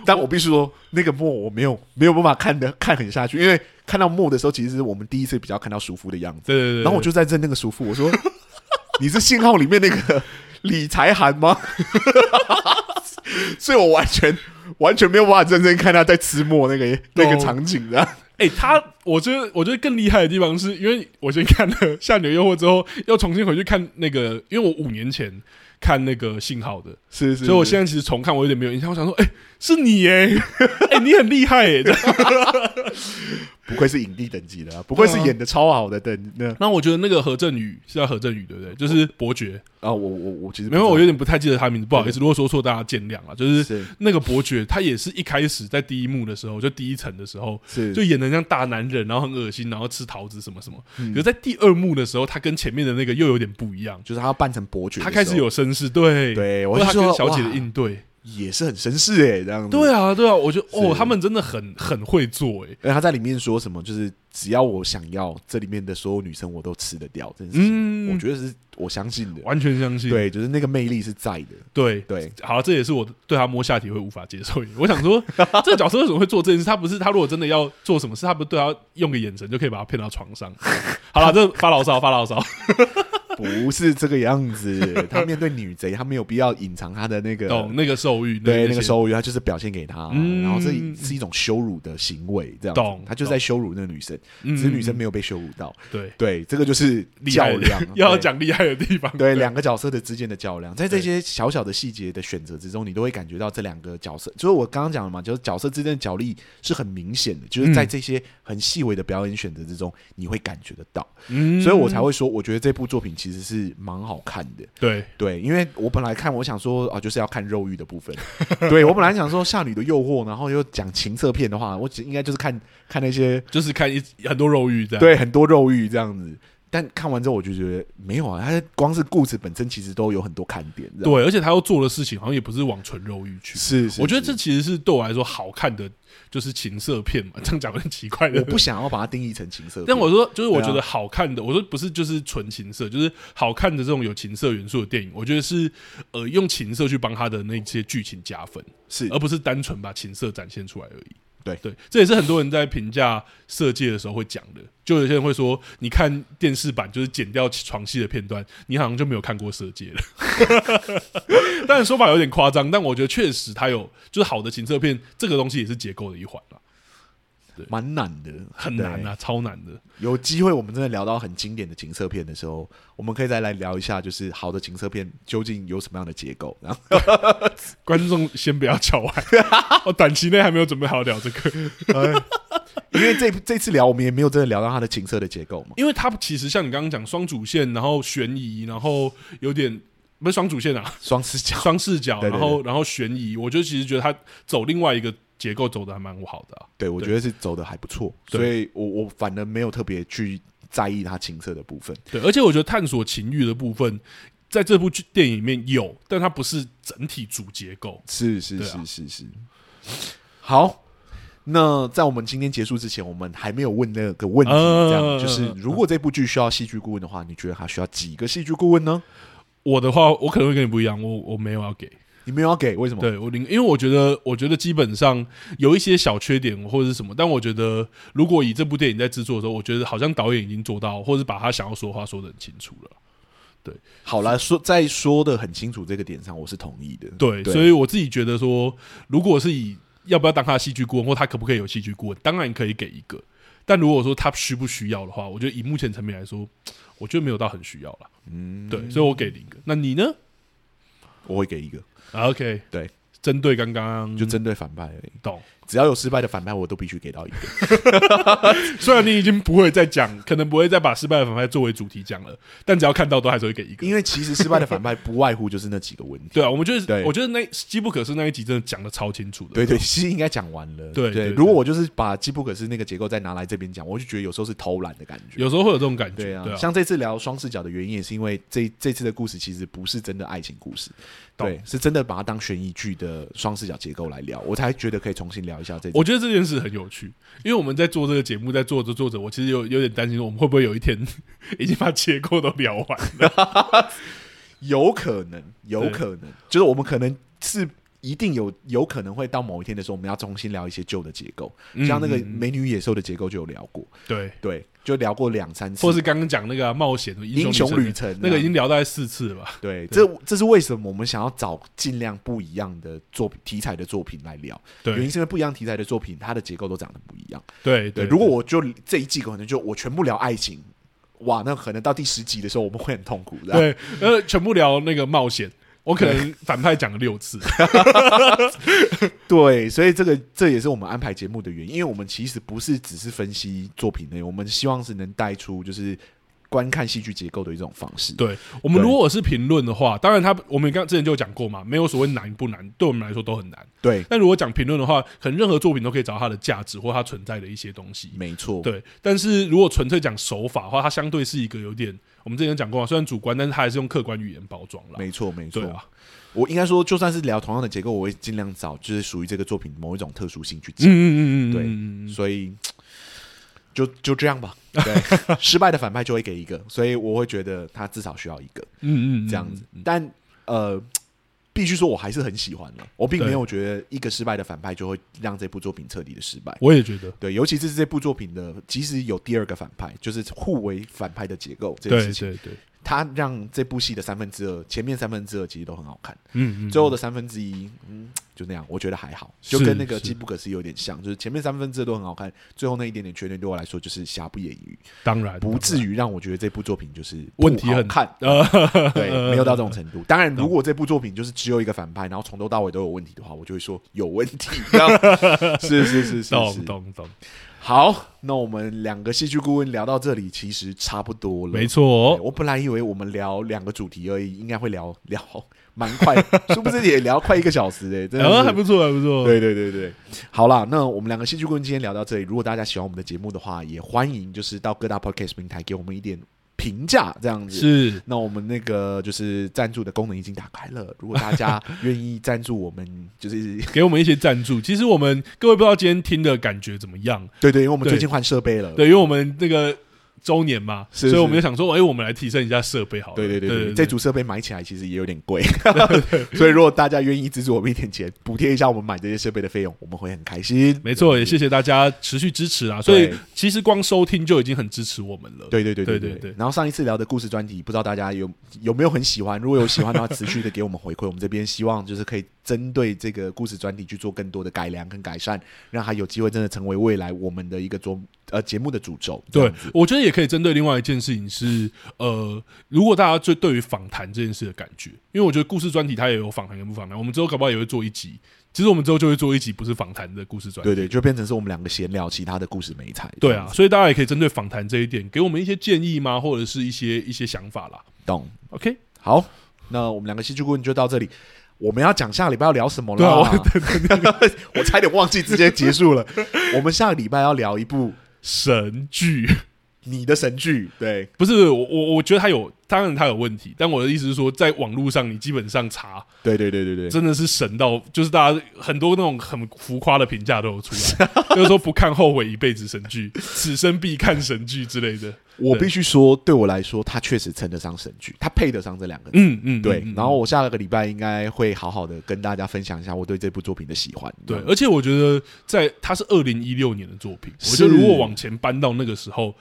Speaker 1: 但我必须说，那个墨我没有没有办法看的看很下去，因为看到墨的时候，其实是我们第一次比较看到叔父的样子。
Speaker 2: 对对对对
Speaker 1: 然后我就在认那个叔父，我说：“你是信号里面那个理财函吗？” <laughs> 所以，我完全完全没有办法认真看他在吃墨那个那个
Speaker 2: 懂
Speaker 1: 场景的。 <laughs>
Speaker 2: 哎、他我觉得我觉得更厉害的地方是因为我先看了《下女的诱惑》之后，又重新回去看那个，因为我五年前看那个信号的，
Speaker 1: 是是
Speaker 2: 所以我现
Speaker 1: 在
Speaker 2: 在其实重看我有点没有印象，我想说，哎、是你哎、哎、你很厉害哎、 <laughs> 这样
Speaker 1: 不愧是影帝等级的啊，不愧是
Speaker 2: 对啊
Speaker 1: 演的超好的等那
Speaker 2: 那我觉得那个何振宇是叫何振宇对不对？就是伯爵，
Speaker 1: 啊，我我我其实
Speaker 2: 没有，我
Speaker 1: 我
Speaker 2: 有点不太记得他名字，不好意思，如果说错大家见谅啊。就是
Speaker 1: 是
Speaker 2: 那个伯爵，他也是一开始在第一幕的时候，就第一层的时候，
Speaker 1: 是
Speaker 2: 就演的像大男人，然后很恶心，然后吃桃子什么什么。
Speaker 1: 嗯
Speaker 2: 可是在第二幕的时候，他跟前面的那个又有点不一样，
Speaker 1: 就是他要扮成伯爵的时
Speaker 2: 他
Speaker 1: 候，
Speaker 2: 开始有绅士，对，
Speaker 1: 对，
Speaker 2: 或
Speaker 1: 我
Speaker 2: 者
Speaker 1: 是
Speaker 2: 他
Speaker 1: 说
Speaker 2: 跟小姐的
Speaker 1: 哇
Speaker 2: 应对，
Speaker 1: 也是很绅士哎，这样子
Speaker 2: 对啊，对啊，我觉得哦，
Speaker 1: 是
Speaker 2: 他们真的很很会做，哎，
Speaker 1: 而他在里面说什么，就是只要我想要，这里面的所有女生我都吃得掉，真是、
Speaker 2: 嗯，
Speaker 1: 我觉得是我相信的。
Speaker 2: 完全相信，
Speaker 1: 对，就是那个魅力是在的。
Speaker 2: 对。 <laughs>
Speaker 1: 对，
Speaker 2: 好，这也是我对他摸下体会无法接受的。我
Speaker 1: <laughs>
Speaker 2: 想说，这个角色为什么会做这件事？他不是他如果真的要做什么事，他不是对他用个眼神就可以把他骗到床上？好了，这发牢骚，发牢骚。
Speaker 1: 不是这个样子。他面对女贼，他没有必要隐藏他的那个
Speaker 2: 懂那个兽欲，
Speaker 1: 对那个
Speaker 2: 些
Speaker 1: 收入，他就是表现给他，啊
Speaker 2: 嗯
Speaker 1: 然后这是一种羞辱的行为，这样子
Speaker 2: 懂
Speaker 1: 他就是在羞辱那个女生，
Speaker 2: 嗯
Speaker 1: 只是女生没有被羞辱到。
Speaker 2: 对
Speaker 1: 对，这个就是
Speaker 2: 厉
Speaker 1: 较
Speaker 2: 害的，
Speaker 1: 量
Speaker 2: <laughs> 要
Speaker 1: 对。
Speaker 2: 讲厉害的地方，
Speaker 1: 对两个角色的之间的较量，在这
Speaker 2: 对
Speaker 1: 些小小的细节的选择之中，你都会感觉到这两个角色，就是我刚刚讲的嘛，就是角色之间的角力是很明显的，就是在
Speaker 2: 嗯
Speaker 1: 这些很细微的表演选择之中，你会感觉得到，
Speaker 2: 嗯
Speaker 1: 所以我才会说，我觉得这部作品其实是蛮好看的。
Speaker 2: 对
Speaker 1: 对，因为我本来看，我想说啊，就是要看肉欲的部分。 <laughs> 对我本来想说《夏女的诱惑》，然后又讲情色片的话，我只应该就是看看那些
Speaker 2: 就是看一很多肉欲这样，
Speaker 1: 对很多肉欲这样子。但看完之后，我就觉得没有啊，它光是故事本身其实都有很多看点。这样
Speaker 2: 对，而且他要做的事情好像也不是往纯肉欲去。
Speaker 1: 是是，
Speaker 2: 我觉得
Speaker 1: 是
Speaker 2: 这其实是对我来说好看的，就是情色片嘛， <laughs> 这样讲有点奇怪的。
Speaker 1: 我不想要把它定义成情色片。
Speaker 2: 但我说，就是我觉
Speaker 1: 对啊
Speaker 2: 得好看的，我说不是就是纯情色，就是好看的这种有情色元素的电影，我觉得是呃用情色去帮他的那些剧情加分，
Speaker 1: 是
Speaker 2: 而不是单纯把情色展现出来而已。
Speaker 1: 对
Speaker 2: 对，这也是很多人在评价色戒的时候会讲的。就有些人会说，你看电视版就是剪掉床戏的片段，你好像就没有看过色戒了。 <laughs> 当然说法有点夸张，但我觉得确实它有，就是好的情色片这个东西也是结构的一环啦，
Speaker 1: 蛮难的，
Speaker 2: 很难
Speaker 1: 对。
Speaker 2: 啊，超难的。
Speaker 1: 有机会我们真的聊到很经典的情色片的时候，我们可以再来聊一下，就是好的情色片究竟有什么样的结构，然后
Speaker 2: 观众先不要叫完， <laughs> 我短期内还没有准备好聊这个， <laughs>
Speaker 1: <laughs> 因为这这次聊我们也没有真的聊到它的情色的结构
Speaker 2: <laughs>
Speaker 1: 嘛。
Speaker 2: 因为它其实像你刚刚讲双主线，然后悬疑，然后有点不是双主线啊，
Speaker 1: 双视角，
Speaker 2: 双视角，
Speaker 1: 对对
Speaker 2: 然后然后悬疑，我就其实觉得它走另外一个结构走的还蛮好的啊、
Speaker 1: 对我
Speaker 2: 对
Speaker 1: 觉得是走的还不错，
Speaker 2: 对
Speaker 1: 所以我我反而没有特别去在意它情色的部分。
Speaker 2: 对，而且我觉得探索情欲的部分。在这部剧电影里面有，但它不是整体主结构。
Speaker 1: 是是
Speaker 2: 对
Speaker 1: 是
Speaker 2: 啊
Speaker 1: 是是，好。那在我们今天结束之前，我们还没有问那个问题，
Speaker 2: 嗯
Speaker 1: 这样就是
Speaker 2: 嗯嗯
Speaker 1: 如果这部剧需要戏剧顾问的话，你觉得它需要几个戏剧顾问呢？
Speaker 2: 我的话，我可能会跟你不一样，我我没有要给。
Speaker 1: 你没有要给，为什么？
Speaker 2: 对我零，因为我觉得，我觉得基本上有一些小缺点或者是什么，但我觉得如果以这部电影在制作的时候，我觉得好像导演已经做到，或者把他想要说的话说的很清楚了。
Speaker 1: 好啦，说在说的很清楚这个点上，我是同意的。
Speaker 2: 对，
Speaker 1: 对
Speaker 2: 所以我自己觉得说，如果是以要不要当他的戏剧顾问，或他可不可以有戏剧顾问，当然可以给一个。但如果说他需不需要的话，我觉得以目前层面来说，我觉得没有到很需要了。嗯，对，所以我给零个。那你呢
Speaker 1: 我会给一个，
Speaker 2: 啊？OK，
Speaker 1: 对，
Speaker 2: 针对刚刚
Speaker 1: 就针对反派而已。
Speaker 2: 懂。
Speaker 1: 只要有失败的反派，我都必须给到一个。
Speaker 2: 虽然你已经不会再讲，可能不会再把失败的反派作为主题讲了，但只要看到都还是会给一个。
Speaker 1: 因为其实失败的反派不外乎就是那几个问题。
Speaker 2: 对啊，我们就是
Speaker 1: 对
Speaker 2: 我觉得那机不可失那一集真的讲的超清楚
Speaker 1: <laughs>
Speaker 2: 的。
Speaker 1: 对对，其实应该讲完了。
Speaker 2: 对对
Speaker 1: 对，
Speaker 2: 对
Speaker 1: 如果我就是把基普可是那个结构再拿来这边讲，我就觉得有时候是偷懒的感觉。
Speaker 2: 有时候会有这种感觉。
Speaker 1: 对
Speaker 2: 对
Speaker 1: 啊，像这次聊双视角的原因，也是因为这这次的故事其实不是真的爱情故事，
Speaker 2: 懂
Speaker 1: 对，是真的把它当悬疑剧的双视角结构来聊，我才觉得可以重新聊一下这
Speaker 2: 我觉得这件事很有趣，因为我们在做这个节目，在做着做着，我其实有有点担心，我们会不会有一天 <laughs> 已经把结构都聊完了？
Speaker 1: 有可能，有
Speaker 2: 对
Speaker 1: 可能，就是我们可能是一定有有可能会到某一天的时候，我们要重新聊一些旧的结构， <laughs> 像那个
Speaker 2: 嗯
Speaker 1: 美女野兽的结构就有聊过，
Speaker 2: 对，
Speaker 1: 对，就聊过两三次，
Speaker 2: 或是刚刚讲那个啊、冒险的
Speaker 1: 英雄
Speaker 2: 雄
Speaker 1: 旅
Speaker 2: 旅程
Speaker 1: 程
Speaker 2: 那个
Speaker 1: 啊
Speaker 2: 已经聊大概四次了
Speaker 1: <laughs>
Speaker 2: 吧？
Speaker 1: 对，这
Speaker 2: 对
Speaker 1: 这是为什么我们想要找尽量不一样的作品题材的作品来聊，原
Speaker 2: 对
Speaker 1: 因是因为不一样题材的作品，它的结构都长得不一样。
Speaker 2: 对
Speaker 1: 对，
Speaker 2: 对，
Speaker 1: 如果我就这一季可能就我全部聊爱情，哇，那可能到第十集的时候我们会很痛苦的。
Speaker 2: 对呃全部聊那个冒险，我可能反派讲了
Speaker 1: <laughs>
Speaker 2: 六次。
Speaker 1: 对，所以这个这也是我们安排节目的原因，因为我们其实不是只是分析作品内容，我们希望是能带出就是观看戏剧结构的一种方式。
Speaker 2: 对我们
Speaker 1: 对
Speaker 2: 如果是评论的话，当然他我们刚之前就有讲过嘛，没有所谓难不难，对我们来说都很难。
Speaker 1: 对，
Speaker 2: 但如果讲评论的话，可能任何作品都可以找到它的价值或它存在的一些东西。
Speaker 1: 没错。
Speaker 2: 对，但是如果纯粹讲手法的话，它相对是一个有点，我们之前有讲过嘛，虽然主观，但是它还是用客观语言包装了。
Speaker 1: 没错，没错。
Speaker 2: 对啊，
Speaker 1: 我应该说，就算是聊同样的结构，我会尽量找就是属于这个作品某一种特殊性去讲。
Speaker 2: 嗯嗯嗯嗯，
Speaker 1: 对
Speaker 2: 嗯，
Speaker 1: 所以就就这样吧。
Speaker 2: <laughs>
Speaker 1: 对，失败的反派就会给一个，所以我会觉得他至少需要一个
Speaker 2: 嗯嗯
Speaker 1: 这样子。。但呃，必须说我还是很喜欢了，我并
Speaker 2: 对
Speaker 1: 没有觉得一个失败的反派就会让这部作品彻底的失败。
Speaker 2: 我也觉得，
Speaker 1: 对，尤其是这部作品的，即使有第二个反派，就是互为反派的结构这件
Speaker 2: 对
Speaker 1: 事情，
Speaker 2: 对对，
Speaker 1: 他让这部戏的三分之二，前面三分之二其实都很好看，
Speaker 2: 嗯嗯，
Speaker 1: 最后的三分之一，嗯，就那样，我觉得还好，就是跟那个
Speaker 2: 是
Speaker 1: 基布克斯有点像，就是前面三分之二都很好看，最后那一点点缺点对我来说就是瑕不掩瑜，
Speaker 2: 当然
Speaker 1: 不至
Speaker 2: 于
Speaker 1: 于让我觉得这部作品就是
Speaker 2: 问题很
Speaker 1: 不好看，
Speaker 2: <laughs> 呃，
Speaker 1: 对，没有到这种
Speaker 2: <laughs>
Speaker 1: 程度。当然，如果这部作品就是只有一个反派，然后从头到尾都有问题的话，我就会说有问题。这
Speaker 2: <laughs>
Speaker 1: 样是是是是
Speaker 2: 懂
Speaker 1: 是。
Speaker 2: 懂懂，
Speaker 1: 好，那我们两个戏剧顾问聊到这里，其实差不多了。
Speaker 2: 没错哦
Speaker 1: 对，，我本来以为我们聊两个主题而已，应该会聊聊蛮
Speaker 2: <laughs>
Speaker 1: 快，殊不知也聊快一个小时哎、真的
Speaker 2: 呃，还
Speaker 1: 是。
Speaker 2: 不错，还不错，
Speaker 1: 对对对对，好啦，那我们两个戏剧顾问今天聊到这里。如果大家喜欢我们的节目的话，也欢迎就是到各大 podcast 平台给我们一点评价，这样子。
Speaker 2: 是
Speaker 1: 那我们那个就是赞助的功能已经打开了，如果大
Speaker 2: <laughs>
Speaker 1: 家愿意赞助我们，就是 <laughs>
Speaker 2: 给我们一些赞助。其实我们各位不知道今天听的感觉怎么样，
Speaker 1: 对对，因为我们
Speaker 2: 对
Speaker 1: 最近换设备了，
Speaker 2: 对，因为我们那个周年嘛，
Speaker 1: 是
Speaker 2: 所以我们
Speaker 1: 是
Speaker 2: 就想说，哎，我们来提升一下设备好了。
Speaker 1: 对对对
Speaker 2: 对
Speaker 1: 对，这组设备买起来其实也有点
Speaker 2: <laughs>
Speaker 1: 贵， <laughs> 所以如果大家愿意资助我们一点钱，补贴一下我们买这些设备的费用，我们会很开心。
Speaker 2: 没错，也谢
Speaker 1: 谢。
Speaker 2: 谢大家持续支持啊！所以
Speaker 1: 对
Speaker 2: 其实光收听就已经很支持我们了。
Speaker 1: 对对对
Speaker 2: 对
Speaker 1: 对
Speaker 2: 对对
Speaker 1: 然后上一次聊的故事专题，不知道大家有有没有很喜欢？如果有喜欢的话，持续的给我们回馈。我们这边希望就是可以针对这个故事专题去做更多的改良跟改善，让它有机会真的成为未来我们的一个主呃节目的主轴。这
Speaker 2: 对
Speaker 1: 样子，
Speaker 2: 我觉得也可以针对另外一件事情是，呃，如果大家最对于访谈这件事的感觉，因为我觉得故事专题它也有访谈跟不访谈，我们之后搞不好也会做一集。其实我们之后就会做一集不是访谈的故事专题。
Speaker 1: 对对，就变成是我们两个闲聊其他的故事美材。
Speaker 2: 对
Speaker 1: 这样
Speaker 2: 啊，
Speaker 1: 子，
Speaker 2: 所以大家也可以针对访谈这一点给我们一些建议吗？或者是一些一些想法啦。
Speaker 1: 懂。
Speaker 2: OK，
Speaker 1: 好，那我们两个戏剧顾问就到这里。我们要讲下礼拜要聊什么
Speaker 2: 对啊
Speaker 1: 了？ <laughs> 我差点忘记，直接结束了。我们下个礼拜要聊一部
Speaker 2: 神剧 <laughs>
Speaker 1: 你的神剧，对
Speaker 2: 不是我我我觉得它有，当然它有问题，但我的意思是说，在网络上你基本上查，
Speaker 1: 对对对对对，
Speaker 2: 真的是神到，就是大家很多那种很浮夸的评价都有出来， <laughs> 就是说不看后悔一辈子神剧，此生必看神剧之类的。
Speaker 1: 我必须说，对我来说，它确实称得上神剧，它配得上这两个字。
Speaker 2: 嗯嗯，
Speaker 1: 对
Speaker 2: 嗯，
Speaker 1: 然后我下个礼拜应该会好好的跟大家分享一下我对这部作品的喜欢。
Speaker 2: 对，而且我觉得在它是二零一六年的作品，我
Speaker 1: 是
Speaker 2: 觉得如果往前搬到那个时候。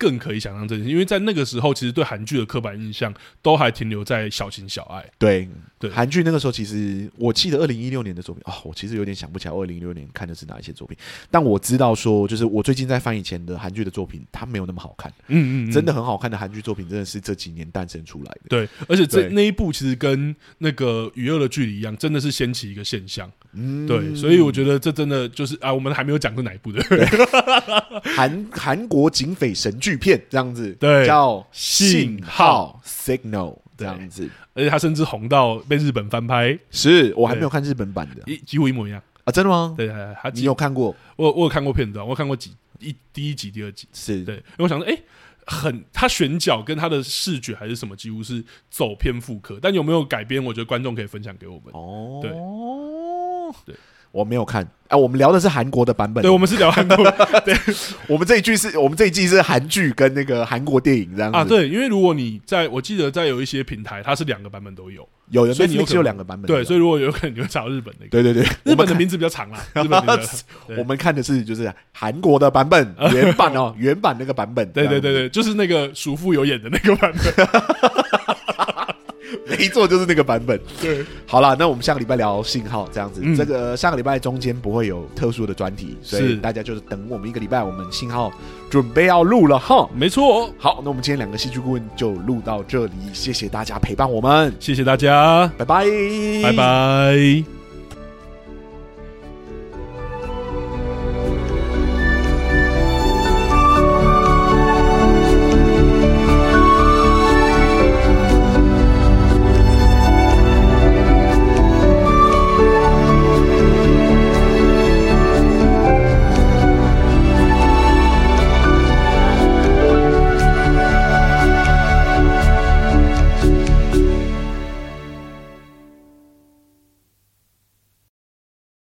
Speaker 2: 更可以想象这件事，因为在那个时候，其实对韩剧的刻板印象都还停留在小情小爱。
Speaker 1: 对
Speaker 2: 对
Speaker 1: 韩剧那个时候其实我记得二零一六年的作品啊、我其实有点想不起来二零一六年看的是哪一些作品，但我知道说，就是我最近在翻以前的韩剧的作品，它没有那么好看，
Speaker 2: 嗯嗯，嗯
Speaker 1: 真的很好看的韩剧作品真的是这几年诞生出来的。
Speaker 2: 对。而且这
Speaker 1: 对
Speaker 2: 那一部其实跟那个《娱乐的距离》一样，真的是掀起一个现象。
Speaker 1: 嗯
Speaker 2: 对，所以我觉得这真的就是啊，我们还没有讲是哪一部的。
Speaker 1: 韩韩国警匪神剧片这样子，
Speaker 2: 对
Speaker 1: 叫
Speaker 2: 信
Speaker 1: 信
Speaker 2: 号
Speaker 1: 号 Signal 这样子，
Speaker 2: 而且他甚至红到被日本翻拍，
Speaker 1: 是我还没
Speaker 2: 对
Speaker 1: 有看日本版的
Speaker 2: 一几乎一模一样。
Speaker 1: 啊，真的吗？
Speaker 2: 对，还还他
Speaker 1: 你
Speaker 2: 几
Speaker 1: 有看过？
Speaker 2: 我我有看过片段，我有看过几一第一集、第二集。
Speaker 1: 是
Speaker 2: 对，因为我想说，哎、很他选角跟他的视觉还是什么，几乎是走偏复刻，但有没有改编？我觉得观众可以分享给我们。
Speaker 1: 哦，
Speaker 2: 对
Speaker 1: 我没有看。哎、我们聊的是韩国的版本。
Speaker 2: 对，我们是聊韩
Speaker 1: <laughs>
Speaker 2: 国
Speaker 1: 我们这一句是我们这一季是韩剧跟那个韩国电影这样子。
Speaker 2: 啊，，对，因为如果你在我记得在有一些平台，它是两个版本都有，
Speaker 1: 有人
Speaker 2: 所以你有
Speaker 1: Netflix
Speaker 2: 可能
Speaker 1: 有两个版本。
Speaker 2: 对，所
Speaker 1: 以
Speaker 2: 以如果有可能你会找到日本的一个，
Speaker 1: 对对对，
Speaker 2: 日
Speaker 1: 我
Speaker 2: 本
Speaker 1: 们
Speaker 2: 的
Speaker 1: 看
Speaker 2: 名字比较长啊
Speaker 1: <laughs>
Speaker 2: 啦，日本的名字对
Speaker 1: 我们看的是就是韩国的版本原版
Speaker 2: <laughs>
Speaker 1: 哦，原版那个版本。
Speaker 2: 对对对
Speaker 1: 这样
Speaker 2: 对，就是那个叔父有演的那个版本，
Speaker 1: 子，没错，就是那个版本。
Speaker 2: 对，
Speaker 1: 好啦，那我们下个礼拜聊信号这样子。
Speaker 2: 嗯
Speaker 1: 这个下个礼拜中间不会有特殊的专题，所以
Speaker 2: 是
Speaker 1: 大家就是等我们一个礼拜，我们信号准备要录了哈。
Speaker 2: 没错、哦。
Speaker 1: 好，那我们今天两个戏剧顾问就录到这里，谢谢大家陪伴我们，
Speaker 2: 谢谢大家，
Speaker 1: 拜拜，
Speaker 2: 拜拜。